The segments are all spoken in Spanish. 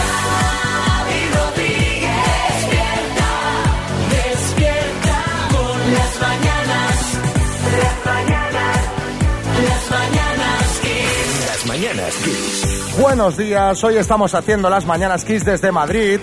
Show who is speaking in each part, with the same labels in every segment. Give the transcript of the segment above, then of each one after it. Speaker 1: Xavi Rodríguez, despierta, despierta con las mañanas, las mañanas, las mañanas Kiss.
Speaker 2: Las mañanas Kiss.
Speaker 3: Buenos días, hoy estamos haciendo las Mañanas Kiss desde Madrid.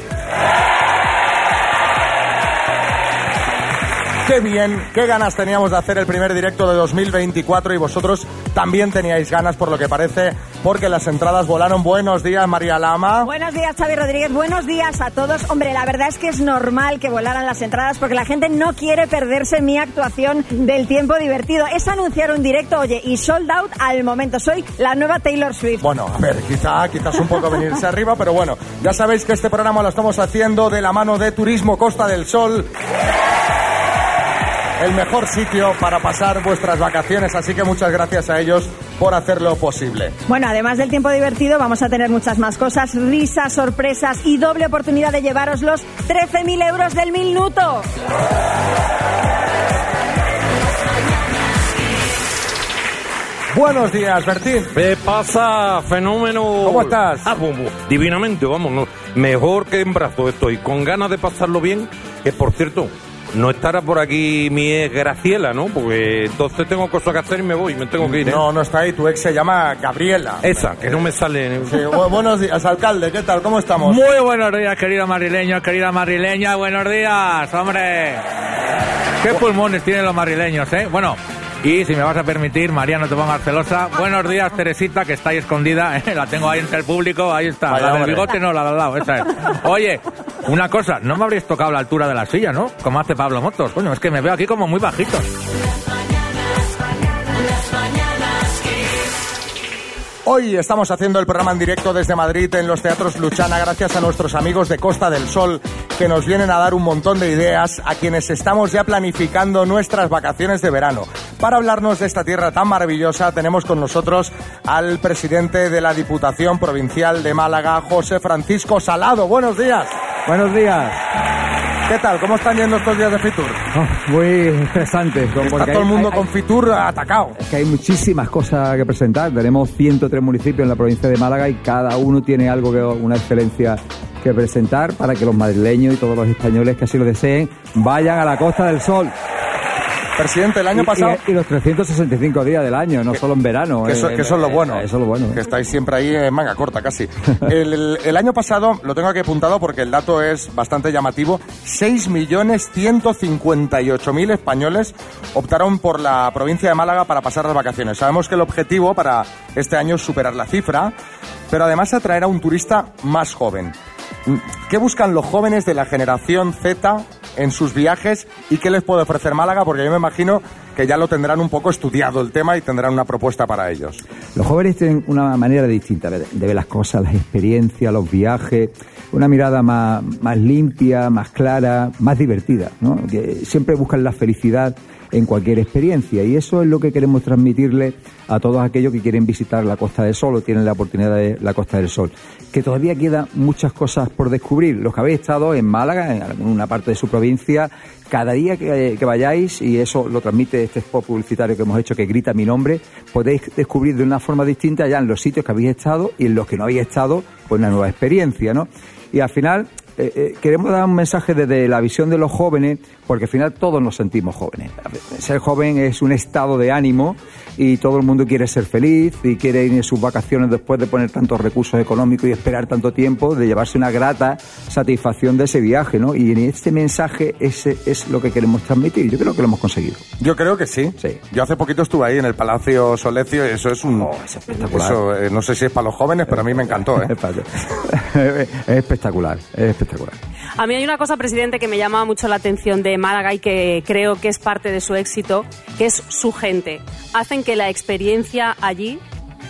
Speaker 3: Qué bien, qué ganas teníamos de hacer el primer directo de 2024 y vosotros también teníais ganas por lo que parece, porque las entradas volaron. Buenos días, María Lama.
Speaker 4: Buenos días, Xavi Rodríguez. Buenos días a todos. Hombre, la verdad es que es normal que volaran las entradas porque la gente no quiere perderse mi actuación del tiempo divertido. Es anunciar un directo, oye, y sold out al momento. Soy la nueva Taylor Swift.
Speaker 3: Bueno, a ver, quizá, quizás un poco venirse arriba, pero bueno, ya sabéis que este programa lo estamos haciendo de la mano de Turismo Costa del Sol. El mejor sitio para pasar vuestras vacaciones, así que muchas gracias a ellos por hacerlo posible.
Speaker 4: Bueno, además del tiempo divertido, vamos a tener muchas más cosas, risas, sorpresas y doble oportunidad de llevaros los 13.000 euros del minuto.
Speaker 3: Buenos días, Bertín.
Speaker 5: ¿Qué pasa, fenómeno?
Speaker 3: ¿Cómo estás?
Speaker 5: Ah, bu- bu- divinamente, vamos. no. Mejor que en brazos estoy, con ganas de pasarlo bien. Que por cierto, no estará por aquí mi ex Graciela, ¿no? Porque entonces tengo cosas que hacer y me voy, me tengo que ir. ¿eh?
Speaker 3: No, no está ahí, tu ex se llama Gabriela.
Speaker 5: Esa, que no me sale.
Speaker 3: Sí, bu- buenos días, alcalde, ¿qué tal? ¿Cómo estamos?
Speaker 6: Muy buenos días, querido madrileño, querida madrileña. Buenos días, hombre. Qué pulmones tienen los madrileños, ¿eh? Bueno, y si me vas a permitir, María, no te pongas celosa. Buenos días, Teresita, que está ahí escondida. ¿eh? La tengo ahí entre el público. Ahí está.
Speaker 3: Vaya,
Speaker 6: la del
Speaker 3: hombre.
Speaker 6: bigote no, la del lado. Esa es. Oye, una cosa. No me habréis tocado la altura de la silla, ¿no? Como hace Pablo Motos. Coño, es que me veo aquí como muy bajito.
Speaker 3: Hoy estamos haciendo el programa en directo desde Madrid en los teatros Luchana gracias a nuestros amigos de Costa del Sol que nos vienen a dar un montón de ideas a quienes estamos ya planificando nuestras vacaciones de verano. Para hablarnos de esta tierra tan maravillosa tenemos con nosotros al presidente de la Diputación Provincial de Málaga, José Francisco Salado. Buenos días.
Speaker 7: Buenos días.
Speaker 3: ¿Qué tal? ¿Cómo están yendo estos días de Fitur?
Speaker 7: Oh, muy estresantes. como
Speaker 3: Está
Speaker 7: porque
Speaker 3: todo el
Speaker 7: hay-
Speaker 3: mundo
Speaker 7: hay-
Speaker 3: con Fitur atacado.
Speaker 7: es que hay muchísimas cosas que presentar. Tenemos 103 municipios en la provincia de Málaga y cada uno tiene algo que una excelencia que presentar para que los madrileños y todos los españoles que así lo deseen vayan a la Costa del Sol.
Speaker 3: Presidente, el año
Speaker 7: Y-
Speaker 3: pasado...
Speaker 7: y, y los 365 días del año, no solo en verano.
Speaker 3: Que
Speaker 7: eh,
Speaker 3: eso,
Speaker 7: eh,
Speaker 3: que eso es lo
Speaker 7: eh,
Speaker 3: bueno.
Speaker 7: Eso es lo bueno.
Speaker 3: Que estáis siempre ahí en manga corta, casi. El, el- el año pasado, lo tengo aquí apuntado porque el dato es bastante llamativo, 6.158.000 españoles optaron por la provincia de Málaga para pasar las vacaciones. Sabemos que el objetivo para este año es superar la cifra, pero además atraer a un turista más joven. ¿Qué buscan los jóvenes de la generación Z en sus viajes y qué les puede ofrecer Málaga? Porque yo me imagino que ya lo tendrán un poco estudiado el tema y tendrán una propuesta para ellos.
Speaker 7: Los jóvenes tienen una manera distinta de, de ver las cosas, las experiencias, los viajes, una mirada más, más limpia, más clara, más divertida. ¿no? Que siempre buscan la felicidad en cualquier experiencia y eso es lo que queremos transmitirle a todos aquellos que quieren visitar la Costa del Sol o tienen la oportunidad de la Costa del Sol. Que todavía quedan muchas cosas por descubrir. Los que habéis estado en Málaga, en alguna parte de su provincia, cada día que, que vayáis, y eso lo transmite este spot publicitario que hemos hecho que grita mi nombre, podéis descubrir de una forma distinta ya en los sitios que habéis estado y en los que no habéis estado, pues una nueva experiencia, ¿no? Y al final eh, eh, queremos dar un mensaje desde la visión de los jóvenes, porque al final todos nos sentimos jóvenes. Ser joven es un estado de ánimo y todo el mundo quiere ser feliz y quiere ir en sus vacaciones después de poner tantos recursos económicos y esperar tanto tiempo, de llevarse una grata satisfacción de ese viaje, ¿no? Y en este mensaje ese es lo que queremos transmitir. Yo creo que lo hemos conseguido.
Speaker 3: Yo creo que sí.
Speaker 7: Sí.
Speaker 3: Yo hace poquito estuve ahí en el Palacio Solecio y eso es un...
Speaker 7: Oh, es espectacular.
Speaker 3: eso, eh, no sé si es para los jóvenes, pero a mí me encantó. ¿eh?
Speaker 7: es espectacular, es espectacular.
Speaker 8: A mí hay una cosa, presidente, que me llama mucho la atención de Málaga y que creo que es parte de su éxito, que es su gente. Hacen que la experiencia allí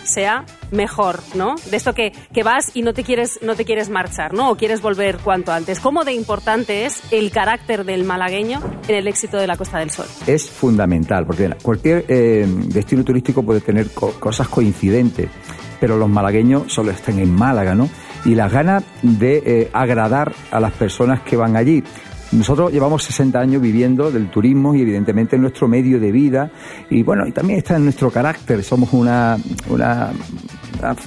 Speaker 8: sea mejor, ¿no? De esto que, que vas y no te quieres no te quieres marchar, ¿no? O quieres volver cuanto antes. ¿Cómo de importante es el carácter del malagueño en el éxito de la Costa del Sol?
Speaker 7: es fundamental, porque mira, cualquier eh, destino turístico puede tener co- cosas coincidentes, pero los malagueños solo están en Málaga, ¿no? Y las ganas de eh, agradar a las personas que van allí. Nosotros llevamos 60 años viviendo del turismo y evidentemente es nuestro medio de vida y bueno, y también está en nuestro carácter, somos una, una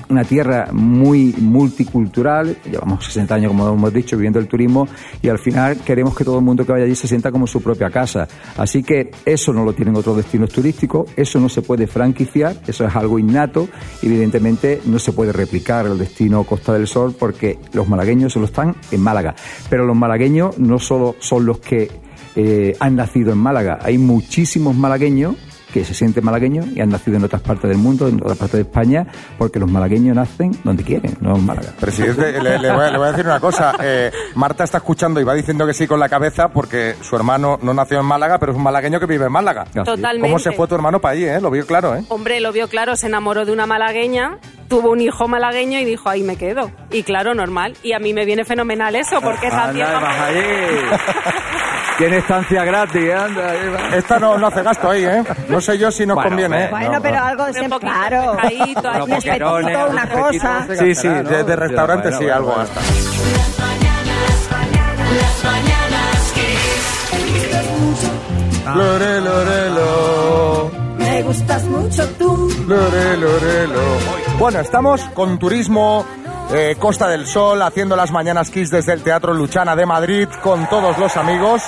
Speaker 7: una tierra muy multicultural, llevamos 60 años, como hemos dicho, viviendo el turismo, y al final queremos que todo el mundo que vaya allí se sienta como su propia casa. Así que eso no lo tienen otros destinos turísticos, eso no se puede franquiciar, eso es algo innato, evidentemente no se puede replicar el destino Costa del Sol porque los malagueños solo están en Málaga, pero los malagueños no solo son los que eh, han nacido en Málaga, hay muchísimos malagueños que se sienten malagueños y han nacido en otras partes del mundo, en otras partes de España, porque los malagueños nacen donde quieren, no en Málaga.
Speaker 3: Presidente, le, le voy, a- le voy a decir una cosa. Eh, Marta está escuchando y va diciendo que sí con la cabeza porque su hermano no nació en Málaga, pero es un malagueño que vive en Málaga.
Speaker 7: Ah,
Speaker 8: Totalmente.
Speaker 3: ¿Cómo se fue tu hermano para allí? Eh? Lo vio claro, ¿eh?
Speaker 8: Hombre, lo vio claro, se enamoró de una malagueña, tuvo un hijo malagueño y dijo, ahí me quedo. Y claro, normal. Y a mí me viene fenomenal eso, porque esa
Speaker 7: Anda, vas
Speaker 8: tierra...
Speaker 7: allí. Tiene estancia gratis, ¿eh? anda. ahí va.
Speaker 3: Esta no, no hace gasto ahí, ¿eh? No sé yo si nos
Speaker 7: Bueno,
Speaker 3: conviene, ¿eh?
Speaker 4: Bueno,
Speaker 7: No,
Speaker 4: pero
Speaker 7: no.
Speaker 4: algo de
Speaker 8: Un
Speaker 4: siempre,
Speaker 8: poquito
Speaker 4: claro.
Speaker 8: pescadito, ahí.
Speaker 4: Un espetito,
Speaker 7: Unos
Speaker 4: una
Speaker 7: pesquitos,
Speaker 4: cosa.
Speaker 7: se
Speaker 3: Sí, sí,
Speaker 7: gastará, ¿no?
Speaker 3: de, de restaurante
Speaker 7: Bueno,
Speaker 3: sí,
Speaker 7: bueno,
Speaker 3: algo
Speaker 7: bueno.
Speaker 3: hasta.
Speaker 7: Ah.
Speaker 3: Lore, lore, lo.
Speaker 4: Me gustas mucho tú.
Speaker 3: Lore, lore, lo. Bueno, estamos con turismo, eh, Costa del Sol, haciendo las mañanas Kiss desde el Teatro Luchana de Madrid con todos los amigos.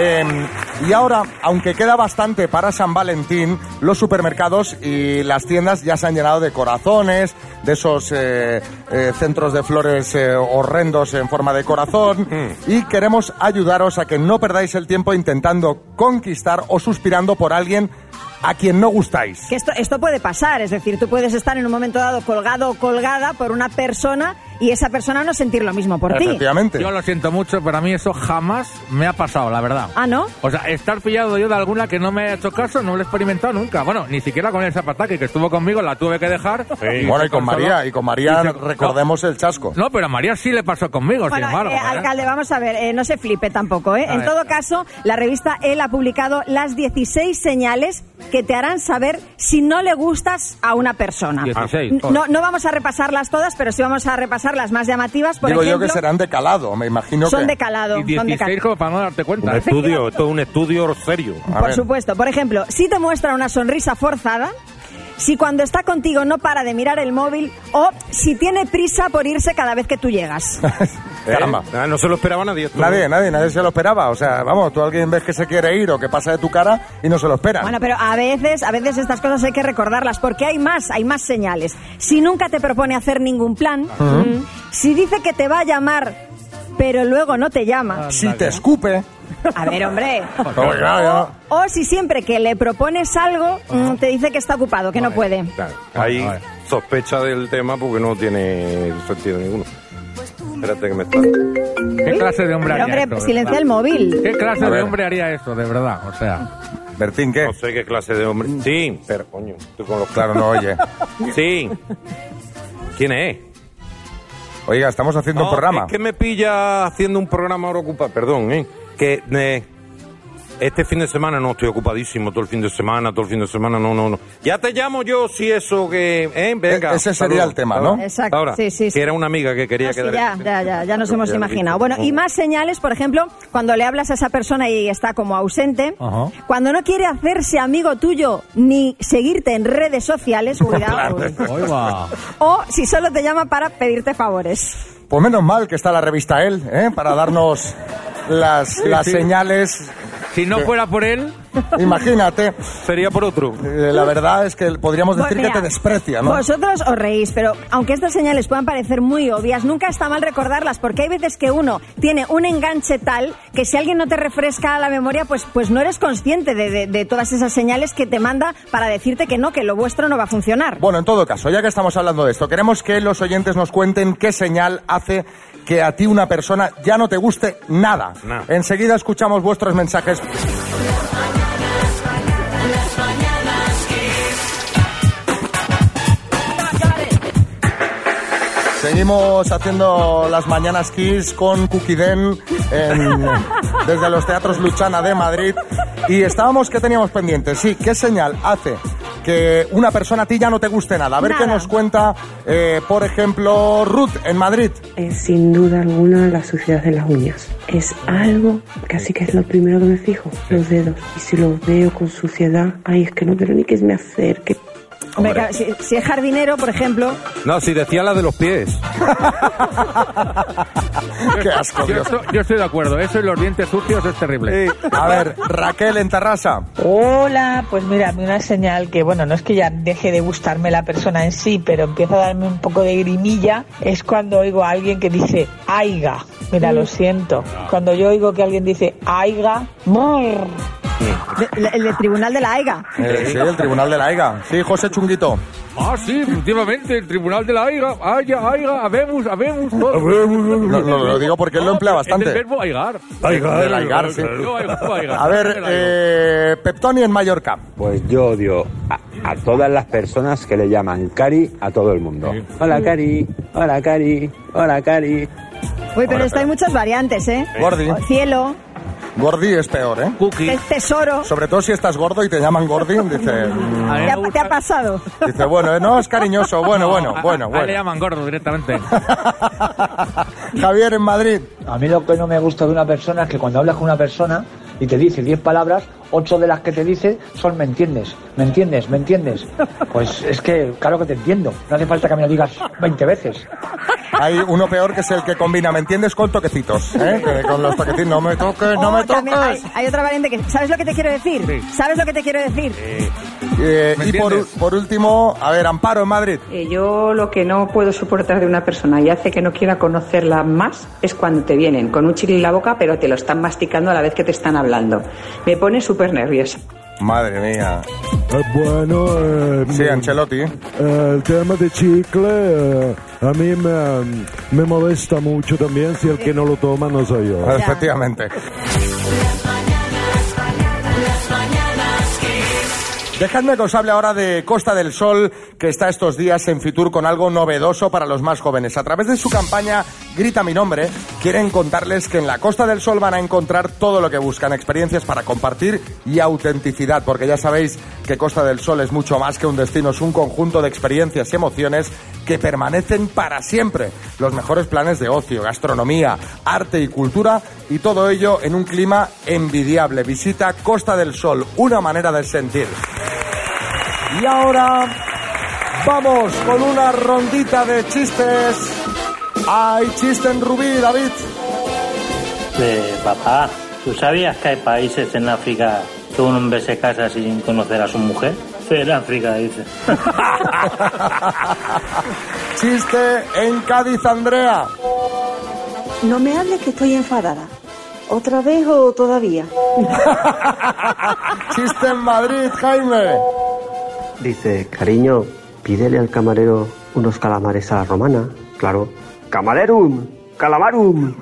Speaker 3: Eh, y ahora, aunque queda bastante para San Valentín, los supermercados y las tiendas ya se han llenado de corazones, de esos eh, eh, centros de flores eh, horrendos en forma de corazón. y queremos ayudaros a que no perdáis el tiempo intentando conquistar o suspirando por alguien a quien no gustáis.
Speaker 4: Que esto, esto puede pasar, es decir, tú puedes estar en un momento dado colgado o colgada por una persona y esa persona no sentir lo mismo por ti.
Speaker 3: Efectivamente.
Speaker 6: Yo lo siento mucho, pero a mí eso jamás me ha pasado, la verdad.
Speaker 4: Ah, ¿no?
Speaker 6: O sea, estar pillado yo de alguna que no me haya hecho caso, no lo he experimentado nunca. Bueno, ni siquiera con el zapataque que estuvo conmigo, la tuve que dejar. Y
Speaker 3: Bueno,
Speaker 6: se
Speaker 3: y
Speaker 6: consoló.
Speaker 3: con María, y con María
Speaker 6: Y se-
Speaker 3: recordemos el chasco.
Speaker 6: No, pero a María sí le pasó conmigo, sin
Speaker 4: Bueno,
Speaker 6: embargo.
Speaker 4: eh,
Speaker 6: ¿eh?
Speaker 4: alcalde, vamos a ver, eh, no se flipe tampoco. ¿eh?
Speaker 6: A
Speaker 4: En
Speaker 6: ver.
Speaker 4: todo caso, la revista él ha publicado las 16 señales que te harán saber si no le gustas a una persona.
Speaker 6: 16,
Speaker 4: N-
Speaker 6: joder.
Speaker 4: No, no vamos a repasarlas todas, pero sí vamos a repasar las más llamativas. Por
Speaker 3: Digo
Speaker 4: ejemplo,
Speaker 3: yo que serán de calado, me imagino
Speaker 4: son
Speaker 3: que.
Speaker 4: de calado.
Speaker 6: Y
Speaker 4: son de calado.
Speaker 6: 16 como para no darte
Speaker 5: Un
Speaker 6: cuenta. ¿eh?
Speaker 5: estudio, esto es un estudio serio. ¿eh?
Speaker 3: A
Speaker 4: Por
Speaker 3: ver.
Speaker 4: supuesto. Por ejemplo, si te muestra una sonrisa forzada, si cuando está contigo no para de mirar el móvil o si tiene prisa por irse cada vez que tú llegas.
Speaker 3: Caramba.
Speaker 5: Eh, ah, No se lo esperaba nadie. esto.
Speaker 3: Nadie, nadie, nadie se lo esperaba. O sea, vamos, tú alguien ves que se quiere ir o que pasa de tu cara y no se lo espera.
Speaker 4: Bueno, pero a veces, a veces estas cosas hay que recordarlas porque hay más, hay más señales. Si nunca te propone hacer ningún plan, mm, si dice que te va a llamar pero luego no te llama.
Speaker 3: si te escupe.
Speaker 4: A ver, hombre.
Speaker 3: Pues claro, ya.
Speaker 4: O si siempre que le propones algo,
Speaker 6: Ah.
Speaker 4: mm, te dice que está ocupado, que no puede.
Speaker 5: Claro, Hay
Speaker 6: Vale, vale.
Speaker 5: sospecha del tema porque no tiene sentido ninguno. Espérate que me está.
Speaker 6: ¿Qué clase de hombre haría
Speaker 4: Pero, hombre,
Speaker 6: esto, de
Speaker 4: silencia
Speaker 6: verdad?
Speaker 4: el móvil.
Speaker 6: ¿Qué clase
Speaker 3: A
Speaker 6: de
Speaker 3: ver.
Speaker 6: hombre haría eso, de verdad? O sea,
Speaker 3: Bertín, ¿qué?
Speaker 5: No sé qué clase de hombre. Sí, pero coño, estoy con los
Speaker 3: Claro, no, oye.
Speaker 5: claros. Sí. ¿Quién es?
Speaker 3: Oiga, estamos haciendo
Speaker 5: No,
Speaker 3: un programa.
Speaker 5: Es que me pilla haciendo un programa ahora ocupado, perdón, ¿eh? Que eh, este fin de semana no estoy ocupadísimo, todo el fin de semana, todo el fin de semana, no, no, no. Ya te llamo yo si eso que. ¿eh? Venga.
Speaker 3: E- ese sería el tema, ¿no?
Speaker 4: Exacto,
Speaker 5: Ahora,
Speaker 4: sí, sí, sí.
Speaker 5: Que era una amiga que quería
Speaker 4: No, sí,
Speaker 5: quedar.
Speaker 4: ya, ya, ya, ya nos
Speaker 5: Creo
Speaker 4: hemos
Speaker 5: que ya lo
Speaker 4: imaginado.
Speaker 5: dije.
Speaker 4: Bueno, y más señales, por ejemplo, cuando le hablas a esa persona y está como ausente,
Speaker 6: Ajá.
Speaker 4: cuando no quiere hacerse amigo tuyo ni seguirte en redes sociales, cuidado,
Speaker 6: oiga.
Speaker 4: o si solo te llama para pedirte favores.
Speaker 3: Pues menos mal que está la revista él, ¿eh? Para darnos las, las
Speaker 6: sí.
Speaker 3: señales.
Speaker 6: Si no fuera por él,
Speaker 3: Imagínate.
Speaker 5: Sería por otro.
Speaker 3: Eh, La verdad es que podríamos decir
Speaker 4: Pues mira,
Speaker 3: que te desprecia, ¿no?
Speaker 4: Vosotros os reís, pero aunque estas señales puedan parecer muy obvias, nunca está mal recordarlas, porque hay veces que uno tiene un enganche tal que si alguien no te refresca la memoria, pues, pues no eres consciente de, de- de todas esas señales que te manda para decirte que no, que lo vuestro no va a funcionar.
Speaker 3: Bueno, en todo caso, ya que estamos hablando de esto, queremos que los oyentes nos cuenten qué señal hace que a ti una persona ya no te guste nada.
Speaker 5: Nah.
Speaker 3: Enseguida escuchamos vuestros mensajes. Seguimos haciendo las mañanas Kiss con Cuquiden desde los teatros Luchana de Madrid. Y estábamos, ¿qué teníamos pendiente? Sí, ¿qué señal hace que una persona a ti ya no te guste nada? A ver qué
Speaker 4: Nada.
Speaker 3: nos cuenta, eh, por ejemplo, Ruth en Madrid.
Speaker 2: es sin duda alguna la suciedad de las uñas. Es algo, casi que es lo primero que me fijo, los dedos. Y si los veo con suciedad, ay, es que no quiero ni que me acerque.
Speaker 4: Hombre,
Speaker 5: Hombre.
Speaker 4: claro, si, si es jardinero, por ejemplo,
Speaker 5: No, si decía la de los pies.
Speaker 3: Qué asco,
Speaker 6: Yo,
Speaker 3: Dios.
Speaker 6: estoy- yo estoy de acuerdo, eso y los dientes sucios es terrible.
Speaker 3: Sí. A ver, Raquel en Tarrasa.
Speaker 9: Hola, pues mira, a mí una señal que, bueno, no es que ya deje de gustarme la persona en sí, pero empieza a darme un poco de grimilla, es cuando oigo a alguien que dice, aiga, mira,
Speaker 4: Mm.
Speaker 9: lo siento. Cuando yo oigo que alguien dice, aiga, mor.
Speaker 4: de- le- el del Tribunal de la AIGA.
Speaker 3: Eh, sí, el Tribunal de la EGA. Sí, José Chunguito.
Speaker 6: Ah, sí, efectivamente, el tribunal de la AIGA, AIGA, AIGA, habemos, habemos, todo.
Speaker 3: Lo, lo- lo digo porque él lo
Speaker 6: Es
Speaker 3: emplea
Speaker 6: del
Speaker 3: bastante.
Speaker 6: verbo aigar.
Speaker 3: Del aigar, sí.
Speaker 6: Yo aigo, aigar.
Speaker 3: A ver,
Speaker 6: Yo aigo.
Speaker 3: eh, Peptoni en Mallorca.
Speaker 10: Pues yo odio a, a todas las personas que le llaman Cari a todo el mundo. Hola Cari, hola Cari, hola Cari.
Speaker 4: Uy, pero esto hay muchas variantes, ¿eh?
Speaker 3: Gordi.
Speaker 4: Cielo,
Speaker 3: Gordi es peor, ¿eh?
Speaker 6: Cookie.
Speaker 4: te- tesoro.
Speaker 3: Sobre todo si estás gordo y te llaman Gordi, dice, mm,
Speaker 6: A mí
Speaker 4: ¿Te
Speaker 6: me
Speaker 4: ha, te
Speaker 6: gusta-
Speaker 4: ha pasado?
Speaker 3: dice bueno, eh, no, es cariñoso, bueno, bueno,
Speaker 6: A- a-
Speaker 3: bueno,
Speaker 6: a él le
Speaker 3: bueno.
Speaker 6: llaman gordo directamente.
Speaker 3: Javier en Madrid.
Speaker 11: A mí lo que no me gusta de una persona es que cuando hablas con una persona y te dice 10 palabras, 8 de las que te dice son me entiendes, me entiendes, me entiendes. Pues es que claro que te entiendo, no hace falta que me lo digas 20 veces.
Speaker 3: Hay uno peor que es el que combina, ¿me entiendes? Con toquecitos, ¿eh? Que Con los toquecitos, no me toques, Pues no
Speaker 4: Oh,
Speaker 3: me
Speaker 4: también hay,
Speaker 3: toques.
Speaker 4: hay otra variante que... ¿Sabes lo que te quiero decir?
Speaker 6: Sí.
Speaker 4: ¿Sabes lo que te quiero decir?
Speaker 3: Eh,
Speaker 6: ¿Me
Speaker 3: y por,
Speaker 6: entiendes?
Speaker 3: por último, a ver, Amparo en Madrid.
Speaker 9: Eh, yo lo que no puedo soportar de una persona y hace que no quiera conocerla más es cuando te vienen con un chicle en la boca, pero te lo están masticando a la vez que te están hablando. Me pone súper nerviosa.
Speaker 3: Madre mía.
Speaker 12: bueno, eh,
Speaker 3: Sí, Ancelotti.
Speaker 12: eh, el tema de chicle eh, a mí me, me molesta mucho también si el que no lo toma no soy yo.
Speaker 3: Efectivamente. Dejadme que os hable ahora de Costa del Sol, que está estos días en Fitur con algo novedoso para los más jóvenes. A través de su campaña Grita mi nombre, quieren contarles que en la Costa del Sol van a encontrar todo lo que buscan, experiencias para compartir y autenticidad, porque ya sabéis que Costa del Sol es mucho más que un destino, es un conjunto de experiencias y emociones que permanecen para siempre. Los mejores planes de ocio, gastronomía, arte y cultura y todo ello en un clima envidiable. Visita Costa del Sol, una manera de sentir. Y ahora vamos con una rondita de chistes. Hay chiste en Rubí, David.
Speaker 11: papá, ¿tú sabías que hay países en África que un hombre se casa sin conocer a su mujer? Sí, en África, dice.
Speaker 3: Chiste en Cádiz, Andrea.
Speaker 9: No me hables que estoy enfadada. ¿Otra vez o todavía?
Speaker 3: Chiste en Madrid, Jaime.
Speaker 10: Dice, cariño, pídele al camarero unos calamares a la romana. Claro. Camarerum, calamarum.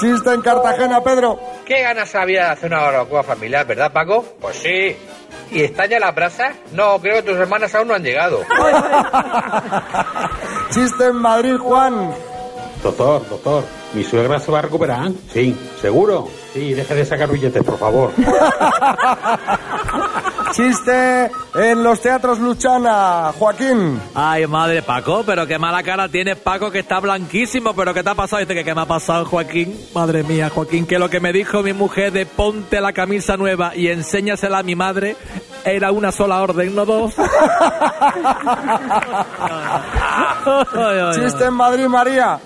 Speaker 3: Chiste en Cartagena, Pedro.
Speaker 11: ¿Qué ganas había de hacer una barbacoa familiar, verdad, Paco? Pues sí. ¿Y están ya las brasas? No, creo que tus hermanas aún no han llegado.
Speaker 3: Chiste en Madrid, Juan.
Speaker 10: Doctor, doctor, ¿mi suegra se va a recuperar? Sí, seguro. Sí, deje de sacar billetes, por favor.
Speaker 3: Chiste en los teatros Luchana, Joaquín.
Speaker 13: Ay, madre, Paco, pero qué mala cara tienes, Paco, que está blanquísimo, pero ¿qué te ha pasado? Dice que qué me ha pasado, Joaquín. Madre mía, Joaquín, que lo que me dijo mi mujer de ponte la camisa nueva y enséñasela a mi madre era una sola orden, no dos. Ay, ay, ay.
Speaker 3: Chiste en Madrid, María.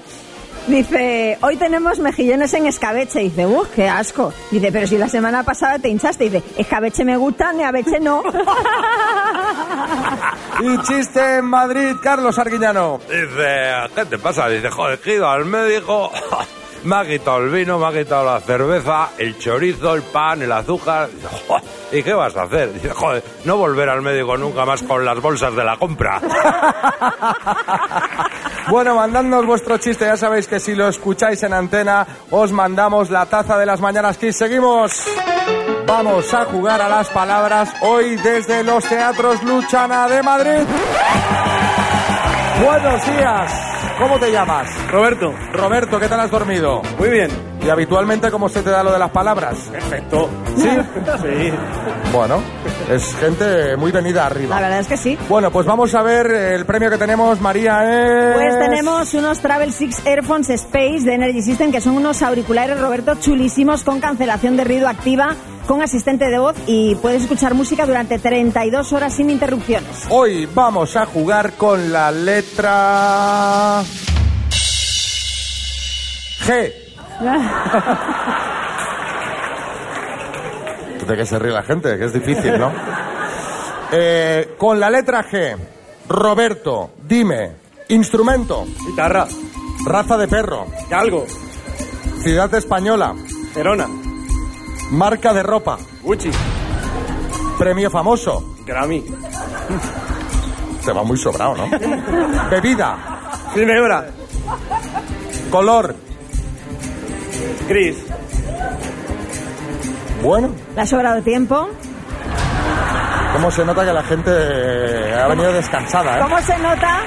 Speaker 4: Dice, hoy tenemos mejillones en escabeche. Dice, uff, qué asco. Dice, pero si la semana pasada te hinchaste. Dice, escabeche me gusta, neabeche no.
Speaker 3: Y chiste en Madrid, Carlos Arguiñano.
Speaker 5: Dice, ¿qué te pasa? Dice, joder, que he ido al médico, me ha quitado el vino, me ha quitado la cerveza, el chorizo, el pan, el azúcar. Dice, joder, ¿y qué vas a hacer? Dice, joder, no volver al médico nunca más con las bolsas de la compra.
Speaker 3: Bueno, mandadnos vuestro chiste. Ya sabéis que si lo escucháis en antena, os mandamos la taza de las mañanas Kiss. Seguimos. Vamos a jugar a las palabras hoy desde los teatros Luchana de Madrid. Buenos días. ¿Cómo te llamas?
Speaker 13: Roberto,
Speaker 3: Roberto, ¿qué tal has dormido?
Speaker 13: muy bien.
Speaker 3: ¿Y habitualmente cómo se te da lo de las palabras?
Speaker 13: Perfecto.
Speaker 3: Sí.
Speaker 13: Sí.
Speaker 3: Bueno, es gente muy venida
Speaker 4: La
Speaker 3: arriba.
Speaker 4: verdad es que sí.
Speaker 3: Bueno, pues vamos a ver el premio que tenemos, María. Es...
Speaker 4: Pues tenemos unos Travel Six Airphones Space de Energy System que son unos auriculares, Roberto, chulísimos con cancelación de ruido activa con asistente de voz y puedes escuchar música durante 32 horas sin interrupciones.
Speaker 3: Hoy vamos a jugar con la letra G. De que se ríe la gente, que es difícil, ¿no? Eh, con la letra G, Roberto, dime, instrumento. Guitarra. Raza de perro. Galgo. Ciudad española. Verona. Marca de ropa. Gucci. Premio famoso. Grammy. Se va muy sobrado, ¿no? Bebida. Ginebra. Color. Gris. Bueno.
Speaker 4: ¿Le ha sobrado tiempo?
Speaker 3: ¿Cómo se nota que la gente eh, ha venido descansada, eh?
Speaker 4: ¿Cómo se nota?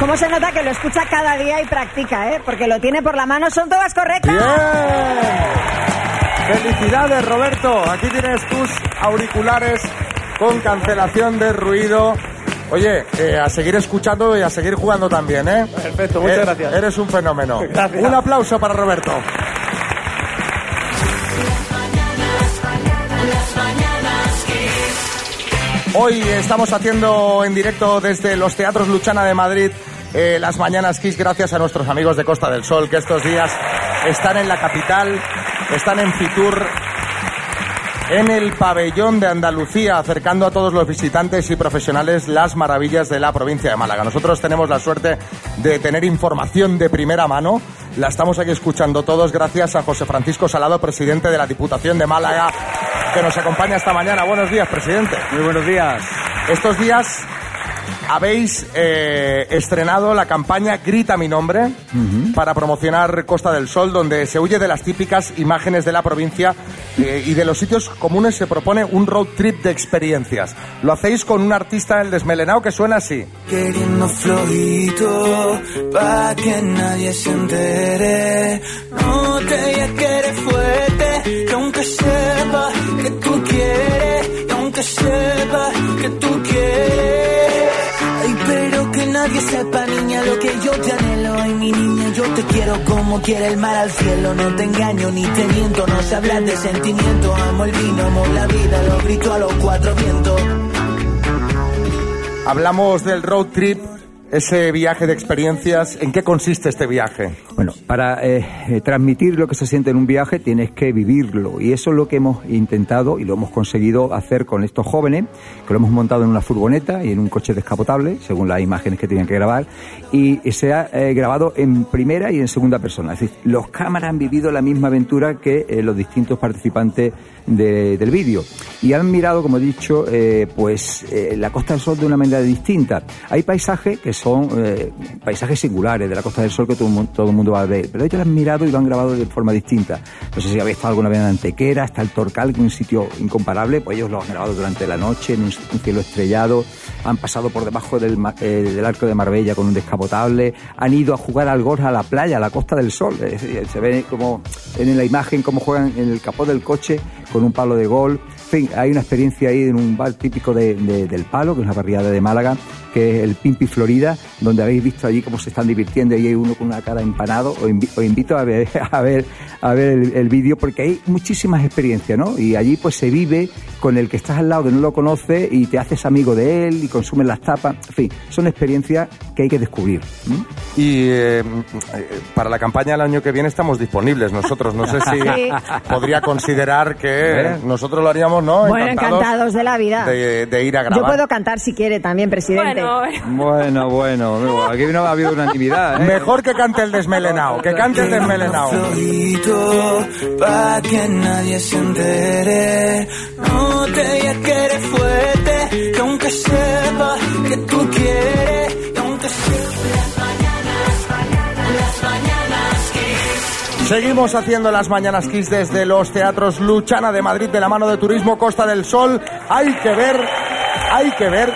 Speaker 4: ¿Cómo se nota que lo escucha cada día y practica, eh? Porque lo tiene por la mano, son todas correctas.
Speaker 3: Felicidades, Roberto. Aquí tienes tus auriculares con cancelación de ruido. Oye, eh, a seguir escuchando y a seguir jugando también, ¿eh?
Speaker 11: Perfecto, muchas
Speaker 3: Eh,
Speaker 11: gracias.
Speaker 3: Eres un fenómeno.
Speaker 11: Gracias.
Speaker 3: Un aplauso para Roberto. Hoy estamos haciendo en directo desde los Teatros Luchana de Madrid eh, las Mañanas Kiss gracias a nuestros amigos de Costa del Sol que estos días están en la capital, están en Fitur, en el pabellón de Andalucía, acercando a todos los visitantes y profesionales las maravillas de la provincia de Málaga. Nosotros tenemos la suerte de tener información de primera mano. La estamos aquí escuchando todos gracias a José Francisco Salado, presidente de la Diputación de Málaga, que nos acompaña esta mañana. Buenos días, presidente.
Speaker 13: Muy buenos días.
Speaker 3: Estos días habéis eh, estrenado la campaña Grita mi nombre para promocionar Costa del Sol, donde se huye de las típicas imágenes de la provincia eh, y de los sitios comunes se propone un road trip de experiencias. Lo hacéis con un artista, el desmelenao, que suena así.
Speaker 1: Queriendo flojito, pa' que nadie se entere. No te digas que eres fuerte, que aunque sepa que tú quieres, que aunque sepa que tú quieres. Ay, pero que nadie sepa, niña, lo que yo te anhelo. Ay, mi niña, yo te quiero como quiere el mar al cielo. No te engaño ni te miento, no sé hablar de sentimiento. Amo el vino, amo la vida, lo grito a los cuatro vientos.
Speaker 3: Hablamos del road trip, ese viaje de experiencias. ¿En qué consiste este viaje?
Speaker 7: Bueno, para eh, eh, transmitir lo que se siente en un viaje tienes que vivirlo y eso es lo que hemos intentado y lo hemos conseguido hacer con estos jóvenes, que lo hemos montado en una furgoneta y en un coche descapotable, según las imágenes que tenían que grabar, y se ha eh, grabado en primera y en segunda persona. Es decir, los cámaras han vivido la misma aventura que eh, los distintos participantes de- del vídeo y han mirado, como he dicho, eh, pues eh, la Costa del Sol de una manera distinta. Hay paisajes que son eh, paisajes singulares de la Costa del Sol que todo, el mu- todo el mundo va a ver, pero ellos lo han mirado y lo han grabado de forma distinta. No sé si habéis estado alguna vez en Antequera, está el Torcal, que es un sitio incomparable, pues ellos lo han grabado durante la noche en un, s- un cielo estrellado, han pasado por debajo del, ma- eh, del Arco de Marbella con un descapotable, han ido a jugar al golf a la playa, a la Costa del Sol. Es decir, se ve como en la imagen cómo juegan en el capó del coche con un palo de gol. En fin, hay una experiencia ahí en un bar típico de- de- del Palo, que es una barriada de Málaga, que es el Pimpi Florida, donde habéis visto allí cómo se están divirtiendo y hay uno con una cara empanado. Os, invi- os invito a ver, a ver, a ver el, el vídeo porque hay muchísimas experiencias, ¿no? Y allí pues se vive con el que estás al lado, que no lo conoce y te haces amigo de él y consumes las tapas. En fin, son experiencias que hay que descubrir. ¿m?
Speaker 3: Y eh, eh, para la campaña del año que viene estamos disponibles nosotros. No sé si
Speaker 4: Sí.
Speaker 3: podría considerar que
Speaker 4: ¿Eh?
Speaker 3: nosotros lo haríamos, ¿no?
Speaker 4: bueno, encantados de la vida.
Speaker 3: de, de ir a
Speaker 4: Yo
Speaker 3: grabar.
Speaker 4: puedo cantar si quiere también, presidente.
Speaker 7: Bueno, bueno, aquí no ha habido unanimidad. ¿eh?
Speaker 3: Mejor que cante el desmelenao, que cante el desmelenao.
Speaker 1: flojito pa' que nadie se entere. No te digas que eres fuerte, que aunque sepa que tú quieres, que aunque sepa las mañanas, las mañanas que
Speaker 3: Seguimos haciendo las mañanas Kiss desde los teatros Luchana de Madrid de la mano de Turismo Costa del Sol. Hay que ver, hay que ver